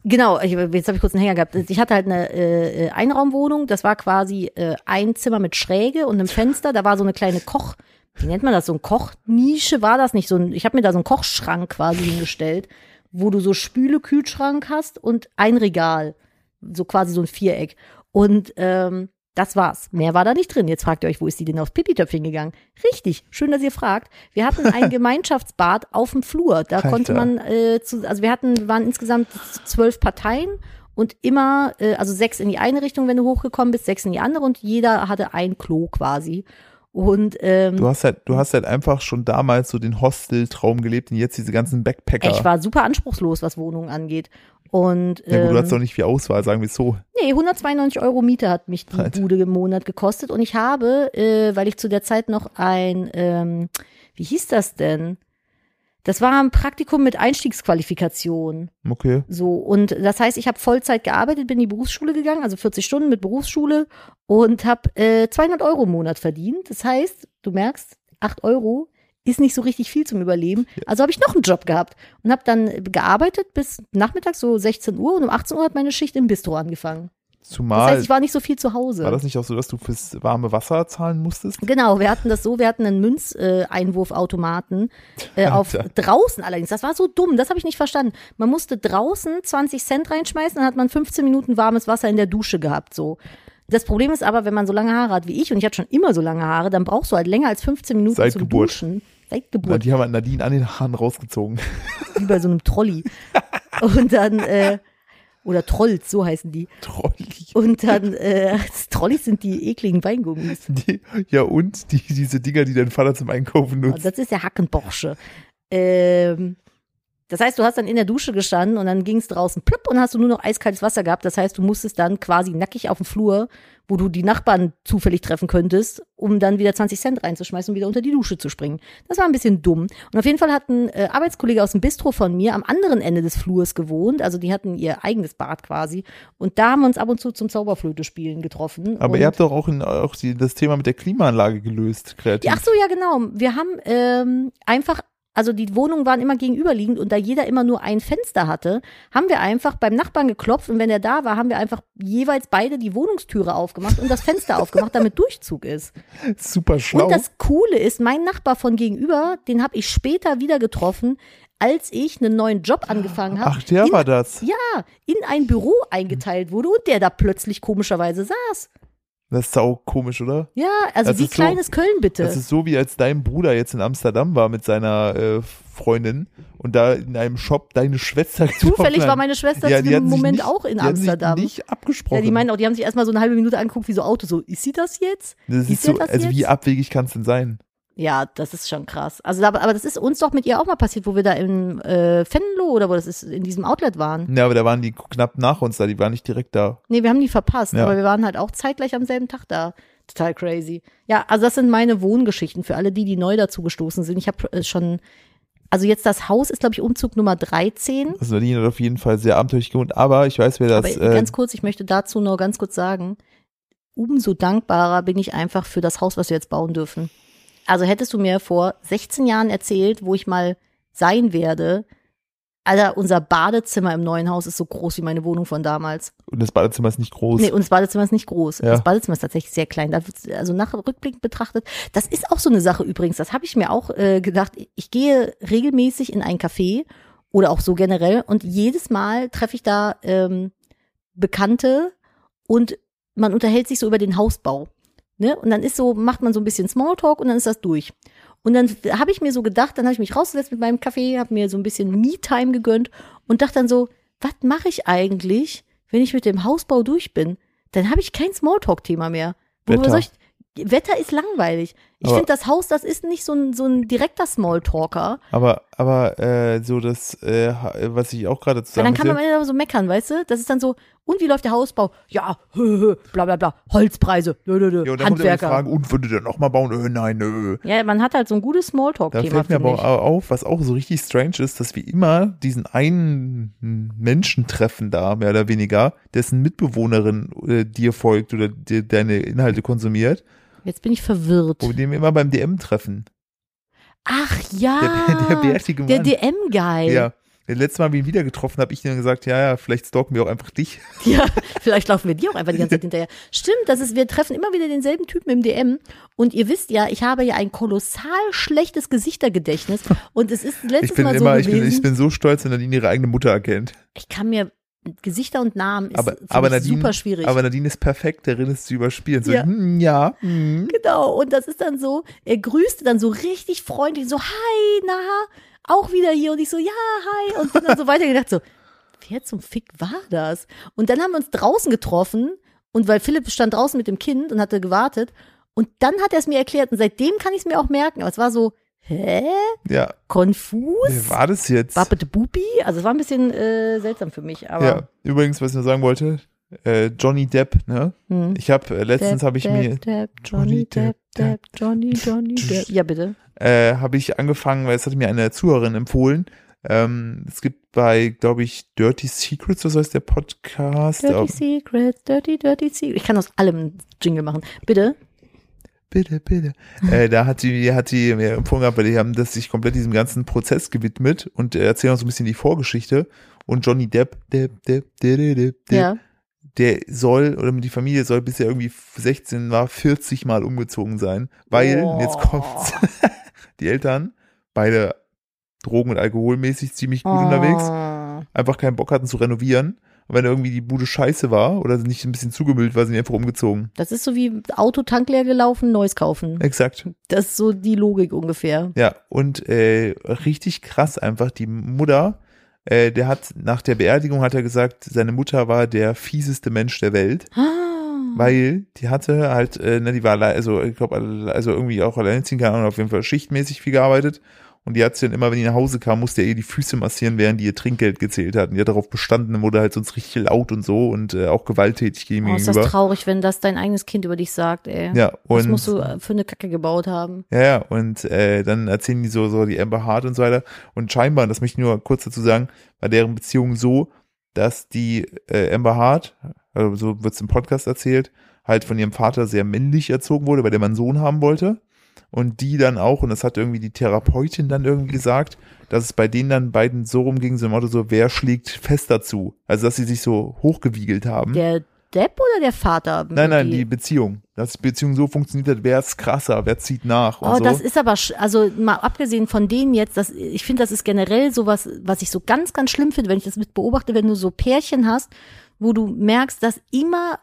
genau, ich, jetzt habe ich kurz einen Hänger gehabt. Ich hatte halt eine äh, äh, Einraumwohnung. Das war quasi äh, ein Zimmer mit Schräge und einem Fenster. Da war so eine kleine Koch, wie nennt man das? So ein Kochnische war das nicht. So ein, ich habe mir da so einen Kochschrank quasi hingestellt, wo du so Spüle, Kühlschrank hast und ein Regal so quasi so ein Viereck. Und ähm, das war's. Mehr war da nicht drin. Jetzt fragt ihr euch, wo ist die denn aufs Pipitöpfchen gegangen? Richtig, schön, dass ihr fragt. Wir hatten ein Gemeinschaftsbad auf dem Flur. Da Alter. konnte man, äh, zu, also wir hatten, waren insgesamt zwölf Parteien und immer, äh, also sechs in die eine Richtung, wenn du hochgekommen bist, sechs in die andere und jeder hatte ein Klo quasi. Und ähm, Du hast halt, du hast halt einfach schon damals so den Hostel-Traum gelebt und jetzt diese ganzen Backpacker. ich war super anspruchslos, was Wohnungen angeht. Und ja, gut, du ähm, hast doch nicht viel Auswahl, sagen wir es so. Nee, 192 Euro Miete hat mich die Alter. Bude im Monat gekostet. Und ich habe, äh, weil ich zu der Zeit noch ein, ähm, wie hieß das denn? Das war ein Praktikum mit Einstiegsqualifikation. Okay. So, und das heißt, ich habe Vollzeit gearbeitet, bin in die Berufsschule gegangen, also 40 Stunden mit Berufsschule und habe äh, 200 Euro im Monat verdient. Das heißt, du merkst, 8 Euro ist nicht so richtig viel zum Überleben. Also habe ich noch einen Job gehabt und habe dann gearbeitet bis nachmittags so 16 Uhr und um 18 Uhr hat meine Schicht im Bistro angefangen. Das Zumal heißt, ich war äh, nicht so viel zu Hause. war das nicht auch so, dass du fürs warme Wasser zahlen musstest? Genau, wir hatten das so, wir hatten einen Münzeinwurfautomaten äh, auf Alter. draußen allerdings. Das war so dumm, das habe ich nicht verstanden. Man musste draußen 20 Cent reinschmeißen, dann hat man 15 Minuten warmes Wasser in der Dusche gehabt so. Das Problem ist aber, wenn man so lange Haare hat wie ich und ich hatte schon immer so lange Haare, dann brauchst du halt länger als 15 Minuten Seit zum Geburt. Duschen. Seit Na, Geburt die haben halt Nadine an den Haaren rausgezogen. wie bei so einem Trolley. Und dann äh, oder Trolls, so heißen die. Trolli. Und dann äh, Trolleys sind die ekligen Weingummis. Die, ja, und die, diese Dinger, die dein Vater zum Einkaufen nutzt. Das ist der Hackenborsche. Ähm, das heißt, du hast dann in der Dusche gestanden und dann ging es draußen plopp und hast du nur noch eiskaltes Wasser gehabt. Das heißt, du musstest dann quasi nackig auf dem Flur, wo du die Nachbarn zufällig treffen könntest, um dann wieder 20 Cent reinzuschmeißen und wieder unter die Dusche zu springen. Das war ein bisschen dumm. Und auf jeden Fall hat ein äh, Arbeitskollege aus dem Bistro von mir am anderen Ende des Flurs gewohnt. Also die hatten ihr eigenes Bad quasi. Und da haben wir uns ab und zu zum Zauberflöte spielen getroffen. Aber Also, und ihr habt doch auch, in, auch die, das Thema mit der Klimaanlage gelöst, kreativ. ja, ach so, ja, genau. Wir haben ähm, einfach, also die Wohnungen waren immer gegenüberliegend und da jeder immer nur ein Fenster hatte, haben wir einfach beim Nachbarn geklopft und wenn er da war, haben wir einfach jeweils beide die Wohnungstüre aufgemacht und das Fenster aufgemacht, damit Durchzug ist. Super schlau. Und das Coole ist, mein Nachbar von gegenüber, den habe ich später wieder getroffen, als ich einen neuen Job angefangen habe. Ach, der in, war das. Ja, in ein Büro eingeteilt wurde und der da plötzlich komischerweise saß. Das ist auch komisch, oder? Ja, also Das wie ist so- kleines Köln bitte. Das ist so, wie als dein Bruder jetzt in Amsterdam war mit seiner äh, Freundin und da in einem Shop deine Schwester getroffen Zufällig hat. war meine Schwester ja, zu die dem hatten sich Moment nicht, auch in die hatten Amsterdam. Sich nicht abgesprochen. Ja, die meinen auch, die haben sich erstmal so eine halbe Minute angeguckt, wie so Auto, so, ist sie das jetzt? das ist ist so, ihr das also wie jetzt? abwegig kann es denn sein? Ja, das ist schon krass. Also, aber, aber das ist uns doch mit ihr auch mal passiert, wo wir da im äh, Venlo oder wo das ist, in diesem Outlet waren. Ja, aber da waren die knapp nach uns da, die waren nicht direkt da. Nee, wir haben die verpasst, Ja. aber wir waren halt auch zeitgleich am selben Tag da. Total crazy. Ja, also das sind meine Wohngeschichten für alle die, die neu dazu gestoßen sind. Ich habe äh, schon, also jetzt das Haus ist, glaube ich, Umzug Nummer 13. Also Nadine hat auf jeden Fall sehr abenteuerlich gewohnt, aber ich weiß, wer das. Aber äh, ganz kurz, ich möchte dazu nur ganz kurz sagen, umso dankbarer bin ich einfach für das Haus, was wir jetzt bauen dürfen. Also hättest du mir vor 16 Jahren erzählt, wo ich mal sein werde, Alter, unser Badezimmer im neuen Haus ist so groß wie meine Wohnung von damals. äh, Und das Badezimmer ist nicht groß. Nee, und das Badezimmer ist nicht groß. Ja. Das Badezimmer ist tatsächlich sehr klein. Da wird's- Also nach rückblickend betrachtet, das ist auch so eine Sache übrigens. Das habe ich mir auch äh, gedacht. Ich gehe regelmäßig in ein Café oder auch so generell und jedes Mal treffe ich da ähm, Bekannte und man unterhält sich so über den Hausbau. Ne? Und dann ist so, macht man so ein bisschen Smalltalk und dann ist das durch. Und dann habe ich mir so gedacht, dann habe ich mich rausgesetzt mit meinem Kaffee, habe mir so ein bisschen Me-Time gegönnt und dachte dann so, was mache ich eigentlich, wenn ich mit dem Hausbau durch bin? Dann habe ich kein Smalltalk-Thema mehr. Worüber Wetter. soll ich, Wetter ist langweilig. Ich Aber- finde, das Haus, das ist nicht so ein, so ein direkter Smalltalker. Aber, aber äh, so das, äh, ha- was ich auch gerade Weil zusammen dann kann man am Ende aber so meckern, weißt du? Das ist dann so, und wie läuft der Hausbau? Ja, hö, hö, bla bla bla, Holzpreise, nö, nö, nö, ja, und dann kommt immer die Handwerker. Frage, und würde der nochmal bauen? Äh, nein, nö. Ja, man hat halt so ein gutes Da Smalltalk-Thema, fällt mir finde ich. aber au- auf, was auch so richtig strange ist, dass wir immer diesen einen Menschen treffen da, mehr oder weniger, dessen Mitbewohnerin äh, dir folgt oder dir deine Inhalte konsumiert, Jetzt bin ich verwirrt. wo wir den immer beim DM treffen. Ach ja, Der, der bärtige Mann. Ah, der DM-Guy. ja. Das letzte Mal, wie ich ihn wieder getroffen habe, ich dann gesagt, ja, ja, vielleicht stalken wir auch einfach dich. Ja, vielleicht laufen wir dir auch einfach die ganze Zeit hinterher. Stimmt, das ist, wir treffen immer wieder denselben Typen im DM. Und ihr wisst ja, ich habe ja ein kolossal schlechtes Gesichtergedächtnis. Und es ist letztes Ich bin Mal immer, so ich bin, gewesen. ich bin so stolz, wenn Nadine ihre eigene Mutter erkennt. ich kann mir Gesichter und Namen ist Aber, für aber, mich Nadine, super schwierig. aber Nadine ist perfekt darin, es zu überspielen. So, Ja. ja, hm, ja hm. Genau, und das ist dann so, er grüßte dann so richtig freundlich, so, hi, na, auch wieder hier. Und ich so, ja, hi. Und bin dann so weitergedacht, so, wer zum Fick war das? Und dann haben wir uns draußen getroffen und weil Philipp stand draußen mit dem Kind und hatte gewartet. Und dann hat er es mir erklärt und seitdem kann ich es mir auch merken. Aber es war so, hä? ja. Wer Konfus? war das jetzt? Wappete Bupi? Also es war ein bisschen äh, seltsam für mich, aber Ja, übrigens, was ich noch sagen wollte, äh, Johnny Depp, ne? hm. Ich habe äh, letztens habe ich Depp, mir Depp, Johnny Johnny Depp, Depp, Depp, Johnny, Johnny Depp. Ja, bitte. äh, habe ich angefangen, weil es hatte mir eine Zuhörerin empfohlen. Ähm, es gibt bei, glaube ich, Dirty Secrets, was heißt der Podcast? Dirty Auf- Secrets, Dirty, Dirty Secrets. Ich kann aus allem einen Jingle machen. Bitte. bitte, bitte. äh, da hat die, hat die mir empfohlen gehabt, weil die haben das sich komplett diesem ganzen Prozess gewidmet und äh, erzählen auch so ein bisschen die Vorgeschichte. Und Johnny Depp, Depp, Depp, Depp, Depp, Depp, Ja. der soll oder die Familie soll bisher irgendwie 16 war 40 Mal umgezogen sein, weil Oh. und jetzt kommt's. die Eltern beide Drogen und Alkoholmäßig ziemlich Ah. gut unterwegs, Oh. einfach keinen Bock hatten zu renovieren. Und wenn irgendwie die Bude scheiße war oder nicht ein bisschen zugemüllt war, sind die einfach umgezogen. Das ist so wie Auto Tank leer gelaufen, neues kaufen. Exakt. Das ist so die Logik ungefähr. Ja, und äh, richtig krass einfach die Mutter, äh, der hat nach der Beerdigung hat er gesagt, seine Mutter war der fieseste Mensch der Welt. Ah. Mhm. Weil die hatte halt, äh, ne, die war, alle- also ich glaube, also irgendwie auch alleinerziehend, keine Ahnung, auf jeden Fall schichtmäßig viel gearbeitet. Und die hat sie dann immer, wenn die nach Hause kam, musste er ihr eh die Füße massieren, während die ihr Trinkgeld gezählt hat. Und die hat darauf bestanden, dann wurde halt sonst richtig laut und so und äh, auch gewalttätig gegen Oh, ihn ist das gegenüber. traurig, wenn das dein eigenes Kind über dich sagt, ey. Ja, Was und musst du äh, für eine Kacke gebaut haben? ja, ja, und äh, dann erzählen die so, so die Amber Hart und so weiter. Und scheinbar, das möchte ich nur kurz dazu sagen, war deren Beziehung so, dass die äh, Amber Hart, also so wird's im Podcast erzählt, halt von ihrem Vater sehr männlich erzogen wurde, weil der mal einen Sohn haben wollte. Und die dann auch, und das hat irgendwie die Therapeutin dann irgendwie gesagt, dass es bei denen dann beiden so rumging, so im Motto so, wer schlägt fest dazu? Also, dass sie sich so hochgewiegelt haben. Der Depp oder der Vater? Hm? nein, nein, die Beziehung. Dass die Beziehung so funktioniert hat, wer ist krasser, wer zieht nach und Oh, so. das ist aber, sch- also mal abgesehen von denen jetzt, das, ich finde, das ist generell sowas, was ich so ganz, ganz schlimm finde, wenn ich das mit beobachte, wenn du so Pärchen hast, wo du merkst, dass immer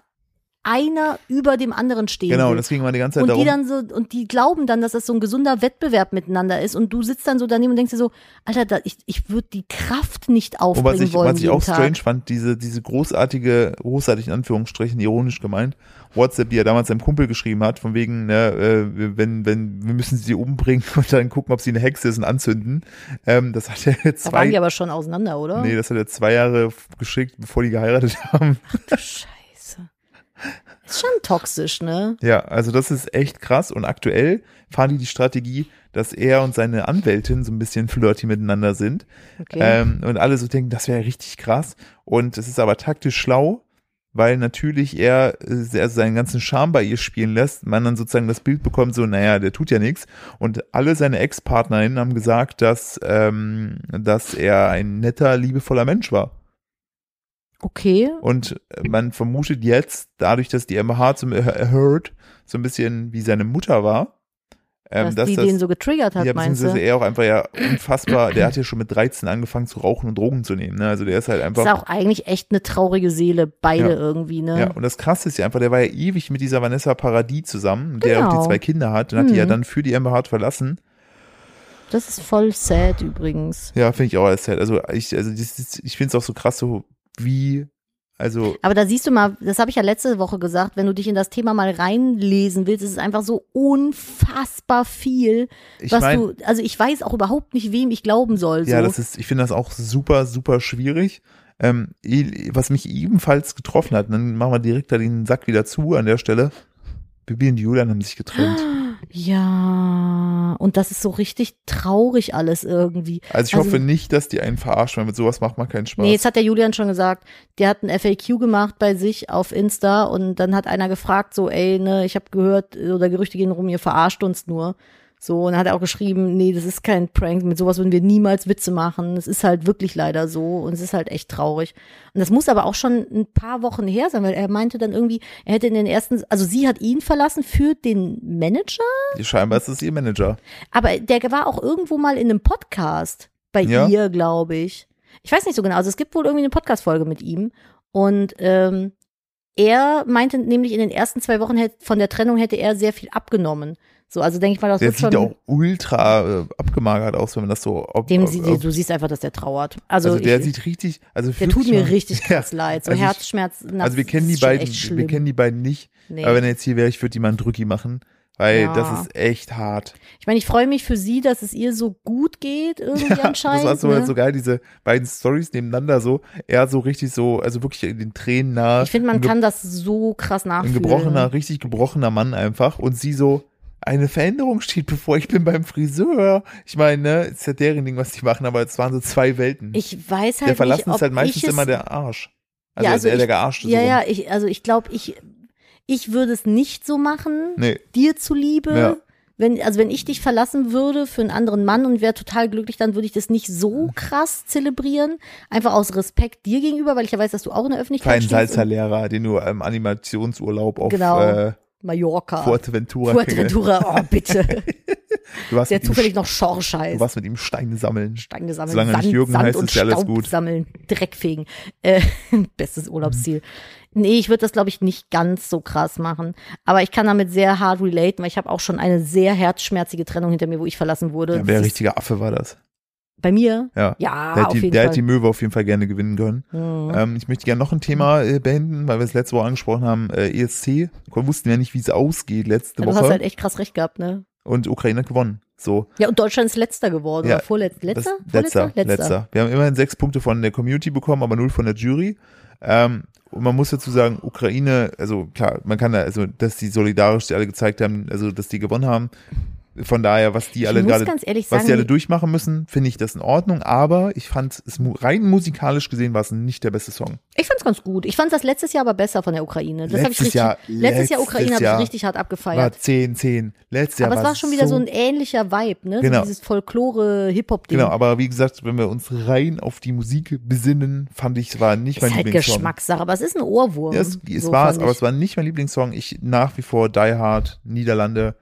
einer über dem anderen steht. Genau, das ging mal die ganze Zeit und darum. die dann so, und die glauben dann, dass das so ein gesunder Wettbewerb miteinander ist. Und du sitzt dann so daneben und denkst dir so, Alter, da, ich, ich würde die Kraft nicht und aufbringen Oh, was ich, wollen. was ich jeden auch Tag. strange fand, diese, diese großartige, großartig in Anführungsstrichen, ironisch gemeint, WhatsApp, die er damals seinem Kumpel geschrieben hat, von wegen, ne, äh, wenn, wenn, wir müssen sie umbringen und dann gucken, ob sie eine Hexe ist und anzünden. Ähm, das hat er Da waren die zwei, aber ne? schon auseinander, oder? nee, das hat er zwei Jahre f- geschickt, bevor die geheiratet haben. Du Scheiße. Ist schon toxisch, ne? Ja, also das ist echt krass und aktuell fahren die die Strategie, dass er und seine Anwältin so ein bisschen flirty miteinander sind. Okay. Ähm, und alle so denken, das wäre richtig krass. Und es ist aber taktisch schlau, weil natürlich er äh, sehr- seinen ganzen Charme bei ihr spielen lässt, man dann sozusagen das Bild bekommt, so, naja, der tut ja nichts. Und alle seine Ex-Partnerinnen haben gesagt, dass, ähm, dass er ein netter, liebevoller Mensch war. Okay. Und man vermutet jetzt, dadurch, dass die Amber Hart so, Heard äh, so ein bisschen wie seine Mutter war, ähm, dass, dass die das, den so getriggert hat, ja, meinst beziehungsweise du? er auch einfach ja unfassbar, der hat ja schon mit 13 angefangen zu rauchen und Drogen zu nehmen. Ne? Also der ist halt einfach. Ist auch eigentlich echt eine traurige Seele, Ja. beide irgendwie, ne? Ja, und das krasse ist ja einfach, der war ja ewig mit dieser Vanessa Paradis zusammen, mit der er auch Genau. die zwei Kinder hat und hat die Mhm. ja dann für die Amber Hart verlassen. Das ist voll sad übrigens. Ja, finde ich auch alles sad. Also ich, also das, ist- ich finde es auch so krass, so wie, also Aber da siehst du mal, das habe ich ja letzte Woche gesagt, wenn du dich in das Thema mal reinlesen willst, ist es einfach so unfassbar viel, ich was meine, du, also ich weiß auch überhaupt nicht, wem ich glauben soll. So. ja, das ist, ich finde das auch super, super schwierig. Ähm, eh- was mich ebenfalls getroffen hat, und dann machen wir direkt da den Sack wieder zu an der Stelle. Bibi und Julian haben sich getrennt. ja, und das ist so richtig traurig alles irgendwie. Also ich Also- hoffe nicht, dass die einen verarschen, weil mit sowas macht man keinen Spaß. Nee, jetzt hat der Julian schon gesagt, der hat ein FAQ gemacht bei sich auf Insta und dann hat einer gefragt, so, ey, ne, ich habe gehört äh, oder Gerüchte gehen rum, ihr verarscht uns nur. So, und dann hat er auch geschrieben, nee, das ist kein Prank, mit sowas würden wir niemals Witze machen. Es ist halt wirklich leider so und es ist halt echt traurig. Und das muss aber auch schon ein paar Wochen her sein, weil er meinte dann irgendwie, er hätte in den ersten, also sie hat ihn verlassen für den Manager, Scheinbar ist es ihr Manager. aber der war auch irgendwo mal in einem Podcast bei Ja. ihr, glaube ich. Ich weiß nicht so genau. Also es gibt wohl irgendwie eine Podcast-Folge mit ihm. Und ähm, er meinte nämlich, in den ersten zwei Wochen hätt- von der Trennung hätte er sehr viel abgenommen. So, also denke ich mal, das Der wird sieht schon. auch ultra äh, abgemagert aus, wenn man das so. Ob, dem ob, sie, ob, du siehst einfach, dass der trauert. Also, also der ich, sieht richtig, also der tut wirklich mir mal- richtig krass leid. So also ich- Herzschmerz. nachts Also wir kennen die ist schon beiden, echt wir schlimm. kennen die beiden nicht. nee. Aber wenn er jetzt hier wäre, ich würde die mal einen Drücki machen, weil Ja. das ist echt hart. Ich meine, ich freue mich für sie, dass es ihr so gut geht irgendwie das anscheinend. war so, halt ne? so geil, diese beiden Stories nebeneinander so, er so richtig so, also wirklich in den Tränen nahe. ich finde, man ein ge- kann das so krass ein nachfühlen. gebrochener, richtig gebrochener Mann einfach und sie so eine Veränderung steht bevor ich bin beim Friseur. Ich meine, ne, ist ja deren Ding, was die machen, aber es waren so zwei Welten. Ich weiß halt der verlassen nicht, ob ist halt meistens ich es, immer der Arsch. Also, Ja, also der, der ich- gearscht ist. Ja, so. ja, ich, also ich glaube, ich, ich würde es nicht so machen, Nee, dir zuliebe. Ja. Wenn, also wenn ich dich verlassen würde für einen anderen Mann und wäre total glücklich, dann würde ich das nicht Mhm. so krass zelebrieren. Einfach aus Respekt dir gegenüber, weil ich ja weiß, dass du auch in der Öffentlichkeit kein stehst. und- Salzerlehrer, den du im Animationsurlaub auf Genau. äh, Mallorca. Fuerteventura, kennengelernt Fuerteventura, oh bitte. hast. Du warst, Der mit ihm, zufällig Sch- noch Schorsch heißt. du warst mit ihm Steine sammeln. Stein gesammelt. Solange er Sand, nicht Jürgen Sand heißt, und ist ja alles Staub gut. sammeln, Dreck fegen. Äh, bestes Urlaubsziel. Nee, ich würde das, glaube ich, nicht ganz so krass machen. Aber ich kann damit sehr hart relaten, weil ich habe auch schon eine sehr herzschmerzige Trennung hinter mir, wo ich verlassen wurde. Ja, wer Das ist richtiger Affe war das. Bei mir? Ja. Ja, der hat auf die, jeden der Fall. hat die Möwe auf jeden Fall gerne gewinnen können. Hm. Ähm, ich möchte gerne noch ein Thema Mhm. äh, beenden, weil wir es letzte Woche angesprochen haben, äh, ESC. Wir wussten ja nicht, wie es ausgeht letzte du Woche. hast halt echt krass recht gehabt, ne? und Ukraine hat gewonnen. So. Ja, und Deutschland ist letzter geworden. Ja, oder vorletz letzter? Das- Vorletzter? letzter, letzter. Wir haben immerhin sechs Punkte von der Community bekommen, aber null von der Jury. Ähm, und man muss dazu sagen, Ukraine, also klar, man kann da, also dass die solidarisch die alle gezeigt haben, also dass die gewonnen haben. Von daher, was die Ich alle muss gerade, ganz ehrlich was sagen, die alle die- durchmachen müssen, finde ich das in Ordnung. Aber ich fand es mu- rein musikalisch gesehen war es nicht der beste Song. Ich fand's ganz gut. Ich fand's das letztes Jahr aber besser von der Ukraine. Das hab ich Letztes richtig, Jahr- letztes letztes Jahr Ukraine habe ich Jahr richtig hart War abgefeiert. 10, 10. Letztes Jahr aber es war schon wieder so so ein ähnlicher Vibe, ne? Genau. So dieses Folklore-Hip-Hop-Ding. Genau, aber wie gesagt, wenn wir uns rein auf die Musik besinnen, fand ich, es war nicht mein ist halt Lieblingssong. Geschmackssache, aber es ist ein Ohrwurm. Ja, es es So war es, fand aber ich. es war nicht mein Lieblingssong. Ich nach wie vor Die Hard, Niederlande.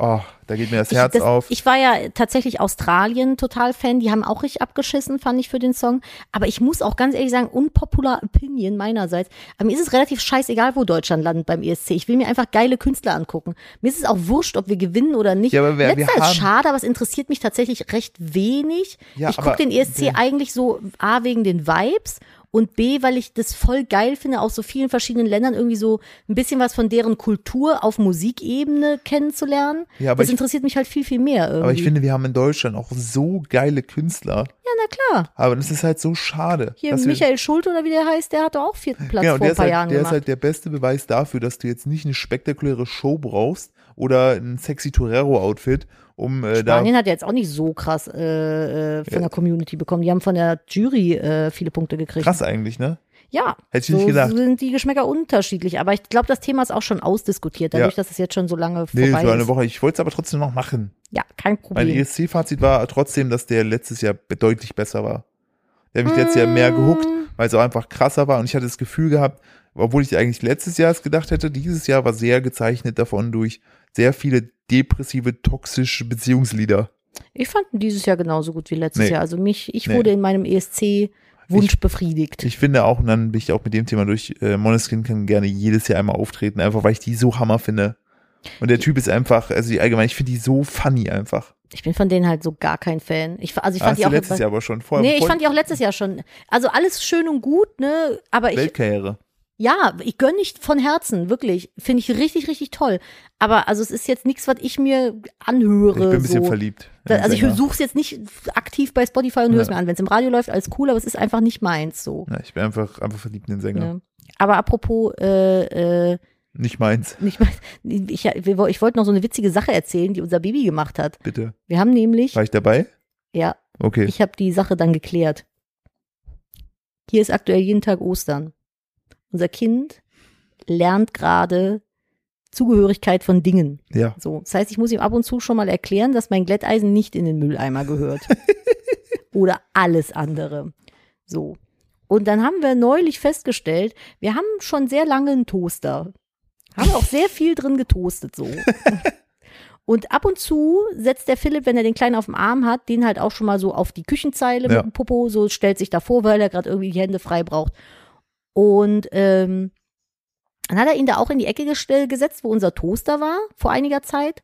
Oh, da geht mir das Herz ich, das, auf. Ich war ja tatsächlich Australien total Fan. Die haben auch richtig abgeschissen, fand ich für den Song. Aber ich muss auch ganz ehrlich sagen, unpopular Opinion meinerseits. Aber mir ist es relativ scheißegal, wo Deutschland landet beim ESC. Ich will mir einfach geile Künstler angucken. Mir ist es auch wurscht, ob wir gewinnen oder nicht. Ja, aber wir- wir Letzter ist haben- schade, aber es interessiert mich tatsächlich recht wenig. Ja, ich aber- gucke den ESC eigentlich so A wegen den Vibes. Und B, weil ich das voll geil finde, aus so vielen verschiedenen Ländern irgendwie so ein bisschen was von deren Kultur auf Musikebene kennenzulernen. Ja, aber das ich- interessiert mich halt viel, viel mehr irgendwie. aber ich finde, wir haben in Deutschland auch so geile Künstler. ja, na klar. Aber das ist halt so schade. Hier dass wir- Michael Schulte oder wie der heißt, der hatte auch vierten Platz genau, vor der, ein ist paar halt, Jahren der ist gemacht. halt der beste Beweis dafür, dass du jetzt nicht eine spektakuläre Show brauchst oder ein sexy Torero-Outfit, um äh, da. Spanien hat ja jetzt auch nicht so krass äh, äh, von der Community bekommen. Die haben von der Jury äh, viele Punkte gekriegt. Krass eigentlich, ne? Ja, Hätte ich so nicht gedacht. sind die Geschmäcker unterschiedlich. Aber ich glaube, das Thema ist auch schon ausdiskutiert, dadurch, Ja. dass es jetzt schon so lange Nee, vorbei für eine ist. Woche. Ich wollte es aber trotzdem noch machen. Ja, kein Mein Problem. ESC-Fazit war trotzdem, dass der letztes Jahr deutlich besser war. Der hat mich letztes Jahr mehr gehuckt, Mm. weil es auch einfach krasser war. Und ich hatte das Gefühl gehabt, obwohl ich eigentlich letztes Jahr es gedacht hätte, dieses Jahr war sehr gezeichnet davon durch sehr viele depressive, toxische Beziehungslieder. Ich fand ihn dieses Jahr genauso gut wie letztes Nee. Jahr. Also mich, ich Nee. wurde in meinem E ESC-Wunsch befriedigt. Ich finde auch, und dann bin ich auch mit dem Thema durch, äh, Moneskin kann gerne jedes Jahr einmal auftreten, einfach weil ich die so hammer finde. Und der Typ ist einfach, also die- allgemein, ich finde die so funny einfach. ich bin von denen halt so gar kein Fan. Ich, fa- also ich Ah, fand Hast die du auch letztes Jahr aber schon vorher. Nee, ich bevor- fand die auch letztes Jahr schon. Also alles schön und gut, ne? Aber ich, Weltkarriere. ja, ich gönne nicht von Herzen, wirklich. Finde ich richtig, richtig toll. Aber also es ist jetzt nichts, was ich mir anhöre. Ich bin ein bisschen so. verliebt. in Da, den also ich Sänger. suche es jetzt nicht aktiv bei Spotify und höre es Ja. mir an. Wenn es im Radio läuft, alles cool, aber es ist einfach nicht meins so. Ja, ich bin einfach, einfach verliebt in den Sänger. Ne? Aber apropos, äh, äh, Nicht meins, nicht mal, ich, wir wo- ich wollte noch so eine witzige Sache erzählen, die unser Baby gemacht hat. bitte. Wir haben nämlich, War ich dabei? ja, Okay. ich habe die Sache dann geklärt. Hier ist aktuell jeden Tag Ostern. Unser Kind lernt gerade Zugehörigkeit von Dingen. ja. So, das heißt, ich muss ihm ab und zu schon mal erklären, dass mein Glätteisen nicht in den Mülleimer gehört. Oder alles andere. So. Und dann haben wir neulich festgestellt, wir haben schon sehr lange einen Toaster. Haben auch sehr viel drin getoastet, so. Und ab und zu setzt der Philipp, wenn er den Kleinen auf dem Arm hat, den halt auch schon mal so auf die Küchenzeile Ja. mit dem Popo, so stellt sich davor, weil er gerade irgendwie die Hände frei braucht. Und ähm, dann hat er ihn da auch in die Ecke gestell, gesetzt, wo unser Toaster war, vor einiger Zeit.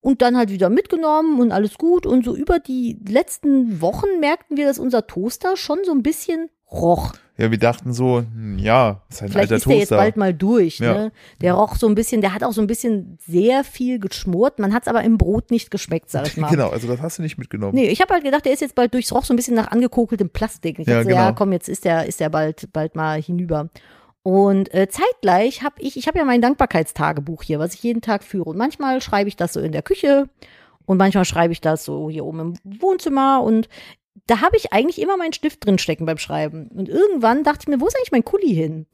Und dann halt wieder mitgenommen und alles gut. Und so über die letzten Wochen merkten wir, dass unser Toaster schon so ein bisschen roch. Ja, wir dachten so, hm, ja, ist halt ein Vielleicht alter ist der jetzt Toaster. bald mal durch. Ja. Ne? Der roch so ein bisschen, der hat auch so ein bisschen sehr viel geschmort. Man hat es aber im Brot nicht geschmeckt, sag ich mal. genau, also das hast du nicht mitgenommen. Nee, ich habe halt gedacht, der ist jetzt bald durchs Roch so ein bisschen nach angekokeltem Plastik. Ich Ja, dachte, genau. ja, komm, jetzt ist der, ist der bald, bald mal hinüber. Und äh, zeitgleich habe ich, ich habe ja mein Dankbarkeitstagebuch hier, was ich jeden Tag führe. Und manchmal schreibe ich das so in der Küche und manchmal schreibe ich das so hier oben im Wohnzimmer und da habe ich eigentlich immer meinen Stift drin stecken beim Schreiben. Und irgendwann dachte ich mir, wo ist eigentlich mein Kuli hin?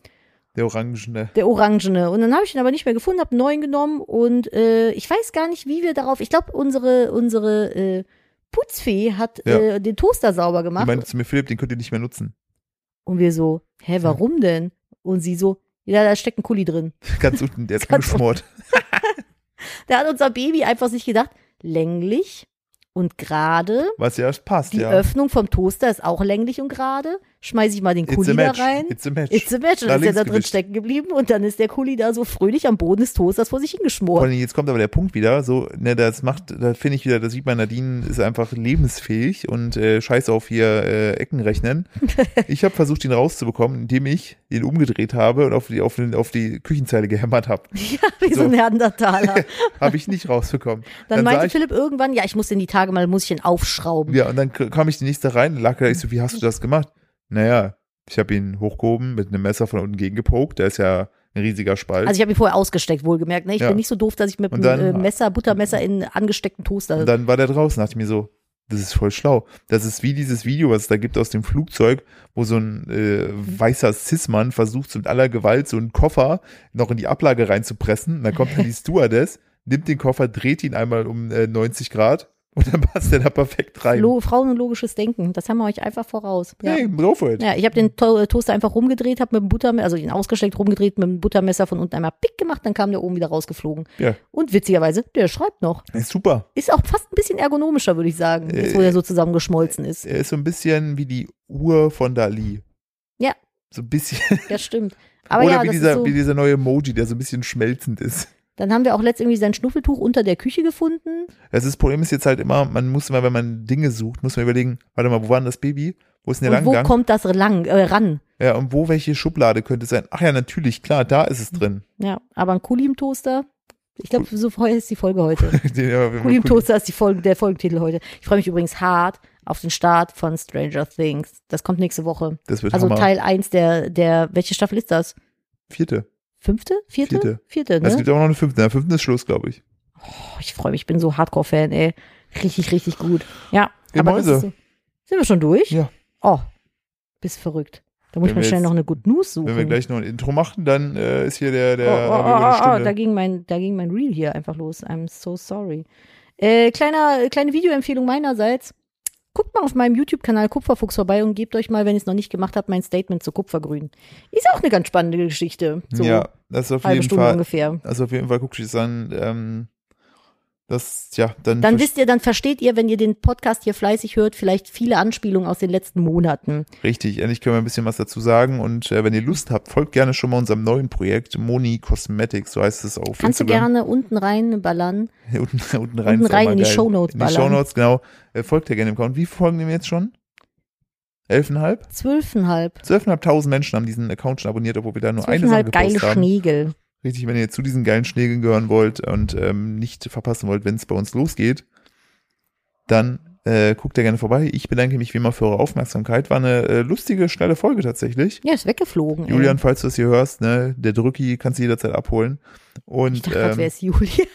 Der orangene. Der orangene. Und dann habe ich ihn aber nicht mehr gefunden, habe einen neuen genommen und äh, ich weiß gar nicht, wie wir darauf. Ich glaube, unsere, unsere äh, Putzfee hat Ja. äh, den Toaster sauber Die gemacht. meinte zu mir, Philipp, den könnt ihr nicht mehr nutzen. und wir so, hä, warum denn? Und sie so, ja, da steckt ein Kuli drin. Ganz unten, der ist Ganz angeschmort. Da hat unser Baby einfach sich gedacht, länglich und gerade. Was ja passt, Die ja. Öffnung vom Toaster ist auch länglich und gerade. Schmeiße ich mal den It's a Kuli da match. rein. It's a match. It's a match. Und Da dann ist er da drin linksgewicht. stecken geblieben und dann ist der Kuli da so fröhlich am Boden des Toasters vor sich Vor hingeschmort. allem, jetzt kommt aber der Punkt wieder, so, ne, das macht, da finde ich wieder, da sieht man, Nadine ist einfach lebensfähig und äh, scheiß auf hier äh, Ecken rechnen. Ich habe versucht, ihn rauszubekommen, indem ich ihn umgedreht habe und auf die, auf den, auf die Küchenzeile gehämmert habe. Ja, wie so, So. ein Neandertaler. Habe ich nicht rausbekommen. Dann, sah meinte ich, Philipp irgendwann, ja, ich muss den die Tage mal, muss ich ihn aufschrauben. Ja, und dann k- kam ich die nächste rein und lag da, ich so, wie hast du das gemacht? Naja, ich habe ihn hochgehoben, mit einem Messer von unten gegengepokt, da ist ja ein riesiger Spalt. Also ich habe ihn vorher ausgesteckt, wohlgemerkt. Ne? Ich Ja. bin nicht so doof, dass ich mit Und einem dann- äh, Messer, Buttermesser in einen angesteckten Toaster. und dann war der draußen, dachte ich mir so, das ist voll schlau. Das ist wie dieses Video, was es da gibt aus dem Flugzeug, wo so ein äh, Mhm. weißer Cis-Mann versucht, so mit aller Gewalt so einen Koffer noch in die Ablage reinzupressen. Und dann kommt dann die Stewardess, nimmt den Koffer, dreht ihn einmal um äh, 90 Grad und dann passt der da perfekt rein. Lo Frauen und logisches Denken, das haben wir euch einfach voraus. Ja. Hey, go for it. Ja, ich habe den To- äh, Toaster einfach rumgedreht, habe mit dem Buttermesser, also ihn ausgesteckt, rumgedreht, mit dem Buttermesser von unten einmal pick gemacht, dann kam der oben wieder rausgeflogen. Ja. Und witzigerweise, der schreibt noch. Ist super. Ist auch fast ein bisschen ergonomischer, würde ich sagen, jetzt wo Äh, der so zusammengeschmolzen ist. Er ist so ein bisschen wie die Uhr von Dali. Ja. So ein bisschen. Ja, stimmt. Aber Oder ja, wie, das dieser, ist so. wie dieser neue Emoji, der so ein bisschen schmelzend ist. Dann haben wir auch letztendlich sein Schnuffeltuch unter der Küche gefunden. Das ist, Problem ist jetzt halt immer, man muss immer, wenn man Dinge sucht, muss man überlegen, warte mal, wo war denn das Baby? Wo ist denn der Und wo langgegangen? kommt das lang, äh, ran? Ja, und wo welche Schublade könnte es sein? Ach ja, natürlich, klar, da ist es drin. Ja, aber ein Kuli im Toaster. Ich glaube, so vorher ist die Folge heute. Den, ja, wenn man Kuli im guckt. Toaster ist die Folge, der Folgentitel heute. Ich freue mich übrigens hart auf den Start von Stranger Things. Das kommt nächste Woche. Das wird Also Hammer. Teil 1 der, der, welche Staffel ist das? Vierte. Ne? Fünfte? Vierte? Vierte. Also Vierte, Es ne? gibt auch noch eine fünfte. Na, fünften ist Schluss, glaube ich. Oh, ich freue mich, ich bin so Hardcore-Fan, ey. Richtig, richtig gut. Ja. Ihr aber das Mäuse. ist so. Sind wir schon durch? Ja. Oh, bist verrückt. Da muss ich Wenn mir wir schnell jetzt- noch eine Good News suchen. Wenn wir gleich noch ein Intro machen, dann äh, ist hier der, oh, der oh, oh, oh, oh, Stunde. da ging mein, da ging mein Reel hier einfach los. I'm so sorry. Äh, kleiner, kleine Videoempfehlung meinerseits. Guckt mal auf meinem YouTube-Kanal Kupferfuchs vorbei und gebt euch mal, wenn ihr es noch nicht gemacht habt, mein Statement zu Kupfergrün. Ist auch eine ganz spannende Geschichte. So ja, das ist auf halbe jeden Stunde Fall. ungefähr. Also auf jeden Fall guckt euch das an. Ähm, das, ja, dann, Dann ver- wisst ihr, dann versteht ihr, wenn ihr den Podcast hier fleißig hört, vielleicht viele Anspielungen aus den letzten Monaten. richtig, endlich können wir ein bisschen was dazu sagen. Und äh, wenn ihr Lust habt, folgt gerne schon mal unserem neuen Projekt Moni Cosmetics, so heißt es auf Kannst du Instagram. gerne unten rein ballern. unten, unten rein, unten ist auch rein mal in die geil. Shownotes In die ballern. Shownotes, genau. Äh, folgt ja gerne dem Account. Wie folgen dem jetzt schon? Elfenhalb? Zwölfenhalb. 12.500 Menschen haben diesen Account schon abonniert, obwohl wir da nur eine Sache Zwölfenhalb geile gepostet haben. Schneegel. Richtig, wenn ihr zu diesen geilen Schnägeln gehören wollt und ähm, nicht verpassen wollt, wenn es bei uns losgeht, dann äh, guckt da gerne vorbei. Ich bedanke mich wie immer für eure Aufmerksamkeit. War eine äh, lustige, schnelle Folge tatsächlich. Ja, ist weggeflogen. ey. Julian, falls du das hier hörst, ne, der Drücki kannst du jederzeit abholen. Ich Und dachte grad, wer ähm, ist Julian?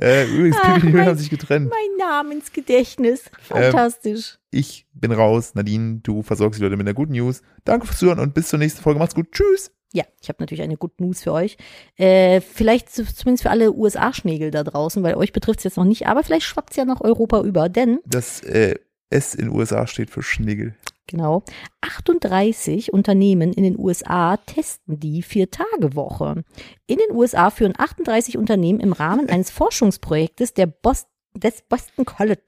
äh, übrigens, Ah, Pipi und Julian mein- haben sich getrennt. Mein Namensgedächtnis. Ähm. Fantastisch. Ich bin raus. Nadine, du versorgst die Leute mit einer guten News. Danke fürs Zuhören und bis zur nächsten Folge. Macht's gut. Tschüss. ja, ich habe natürlich eine Good News für euch. Äh, vielleicht zu- zumindest für alle USA-Schnägel da draußen, weil euch betrifft es jetzt noch nicht, aber vielleicht schwappt es ja nach Europa über, denn, Das äh, S in USA steht für Schnägel. genau, 38 Unternehmen in den USA testen die Vier-Tage-Woche. In den USA führen 38 Unternehmen im Rahmen eines Forschungsprojektes der Boston des Boston College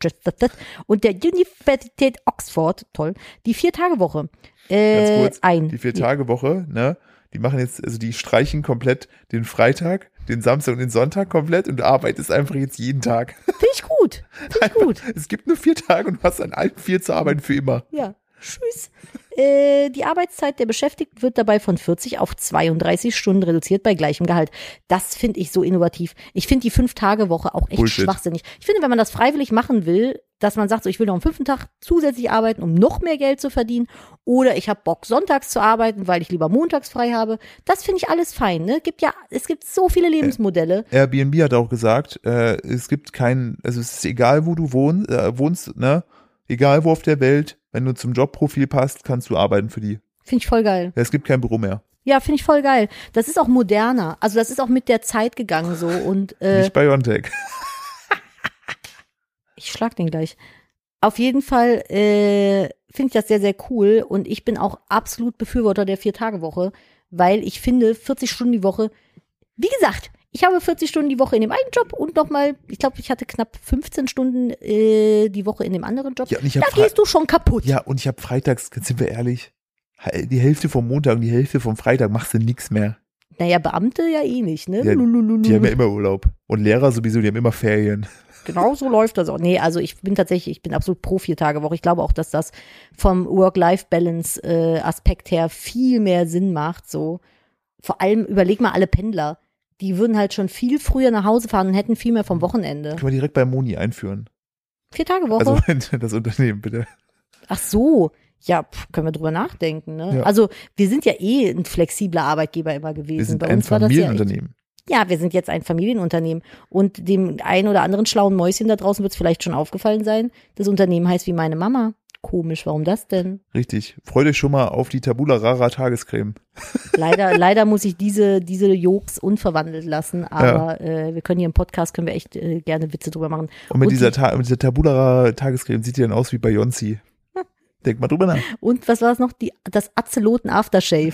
und der Universität Oxford, toll, die Vier-Tage-Woche äh, Ganz kurz, ein. die Vier-Tage-Woche, ne? Die machen jetzt, also die streichen komplett den Freitag, den Samstag und den Sonntag komplett und du arbeitest einfach jetzt jeden Tag. Finde ich gut, finde ich gut. Es gibt nur vier Tage und du hast an allen vier zu arbeiten für immer. Ja. Tschüss. Äh, die Arbeitszeit der Beschäftigten wird dabei von 40 auf 32 Stunden reduziert bei gleichem Gehalt. Das finde ich so innovativ. Ich finde die Fünf-Tage-Woche auch echt Bullshit. schwachsinnig. Ich finde, wenn man das freiwillig machen will, dass man sagt, so, ich will noch am fünften Tag zusätzlich arbeiten, um noch mehr Geld zu verdienen, oder ich habe Bock, sonntags zu arbeiten, weil ich lieber montags frei habe. Das finde ich alles fein. Ne? Gibt ja, es gibt so viele Lebensmodelle. Airbnb hat auch gesagt, äh, es gibt keinen, also es ist egal, wo du wohnst, äh, wohnst, ne? Egal wo auf der Welt, wenn du zum Jobprofil passt, kannst du arbeiten für die. Finde ich voll geil. Es gibt kein Büro mehr. Ja, finde ich voll geil. Das ist auch moderner. Also das ist auch mit der Zeit gegangen so. Und äh, Nicht bei Biontech. Ich schlag den gleich. Auf jeden Fall äh, finde ich das sehr, sehr cool und ich bin auch absolut Befürworter der Vier-Tage-Woche, weil ich finde, 40 Stunden die Woche, wie gesagt, ich habe 40 Stunden die Woche in dem einen Job und nochmal, ich glaube, ich hatte knapp 15 Stunden äh, die Woche in dem anderen Job. Ja, und ich da hab Fre- gehst du schon kaputt. ja, und ich habe freitags, sind wir ehrlich, die Hälfte vom Montag und die Hälfte vom Freitag machst du nichts mehr. Naja, Beamte ja eh nicht, ne? Ja, Lulululu. Die haben ja immer Urlaub. Und Lehrer sowieso, die haben immer Ferien. Genau so läuft das auch. Nee, also ich bin tatsächlich, ich bin absolut pro Vier-Tage-Woche. Ich glaube auch, dass das vom Work-Life-Balance-Aspekt her viel mehr Sinn macht. So Vor allem, überleg mal alle Pendler. Die würden halt schon viel früher nach Hause fahren und hätten viel mehr vom Wochenende. Können wir direkt bei Moni einführen. Vier-Tage-Woche? Also das Unternehmen, bitte. Ach so. Ja, pf, können wir drüber nachdenken. Ne? Ja. Also wir sind ja eh ein flexibler Arbeitgeber immer gewesen. Wir sind Bei ein uns war das ja echt Familienunternehmen. ja, wir sind jetzt ein Familienunternehmen und dem einen oder anderen schlauen Mäuschen da draußen wird es vielleicht schon aufgefallen sein, das Unternehmen heißt wie meine Mama. Komisch, warum das denn? Richtig. Freut euch schon mal auf die Tabula Rara Tagescreme. Leider, leider muss ich diese, diese Jokes unverwandelt lassen, aber äh, wir können hier im Podcast, können wir echt äh, gerne Witze drüber machen. Und mit, Und dieser, die- Ta mit dieser Tabula Rara Tagescreme sieht die dann aus wie bei Jonsi. Denk mal drüber nach. Und was war es noch? Die, das Atzeloten Aftershave.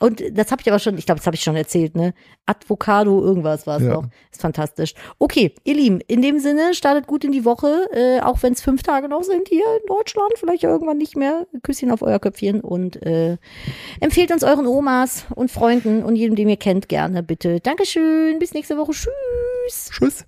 Und das habe ich aber schon, ich glaube, das habe ich schon erzählt, ne? Advocado, irgendwas war es Ja. noch. Ist fantastisch. Okay, ihr Lieben, in dem Sinne, startet gut in die Woche, äh, auch wenn es fünf Tage noch sind hier in Deutschland, vielleicht ja irgendwann nicht mehr. Küsschen auf euer Köpfchen und äh, empfehlt uns euren Omas und Freunden und jedem, den ihr kennt, gerne, bitte. Dankeschön, bis nächste Woche. Tschüss. Tschüss.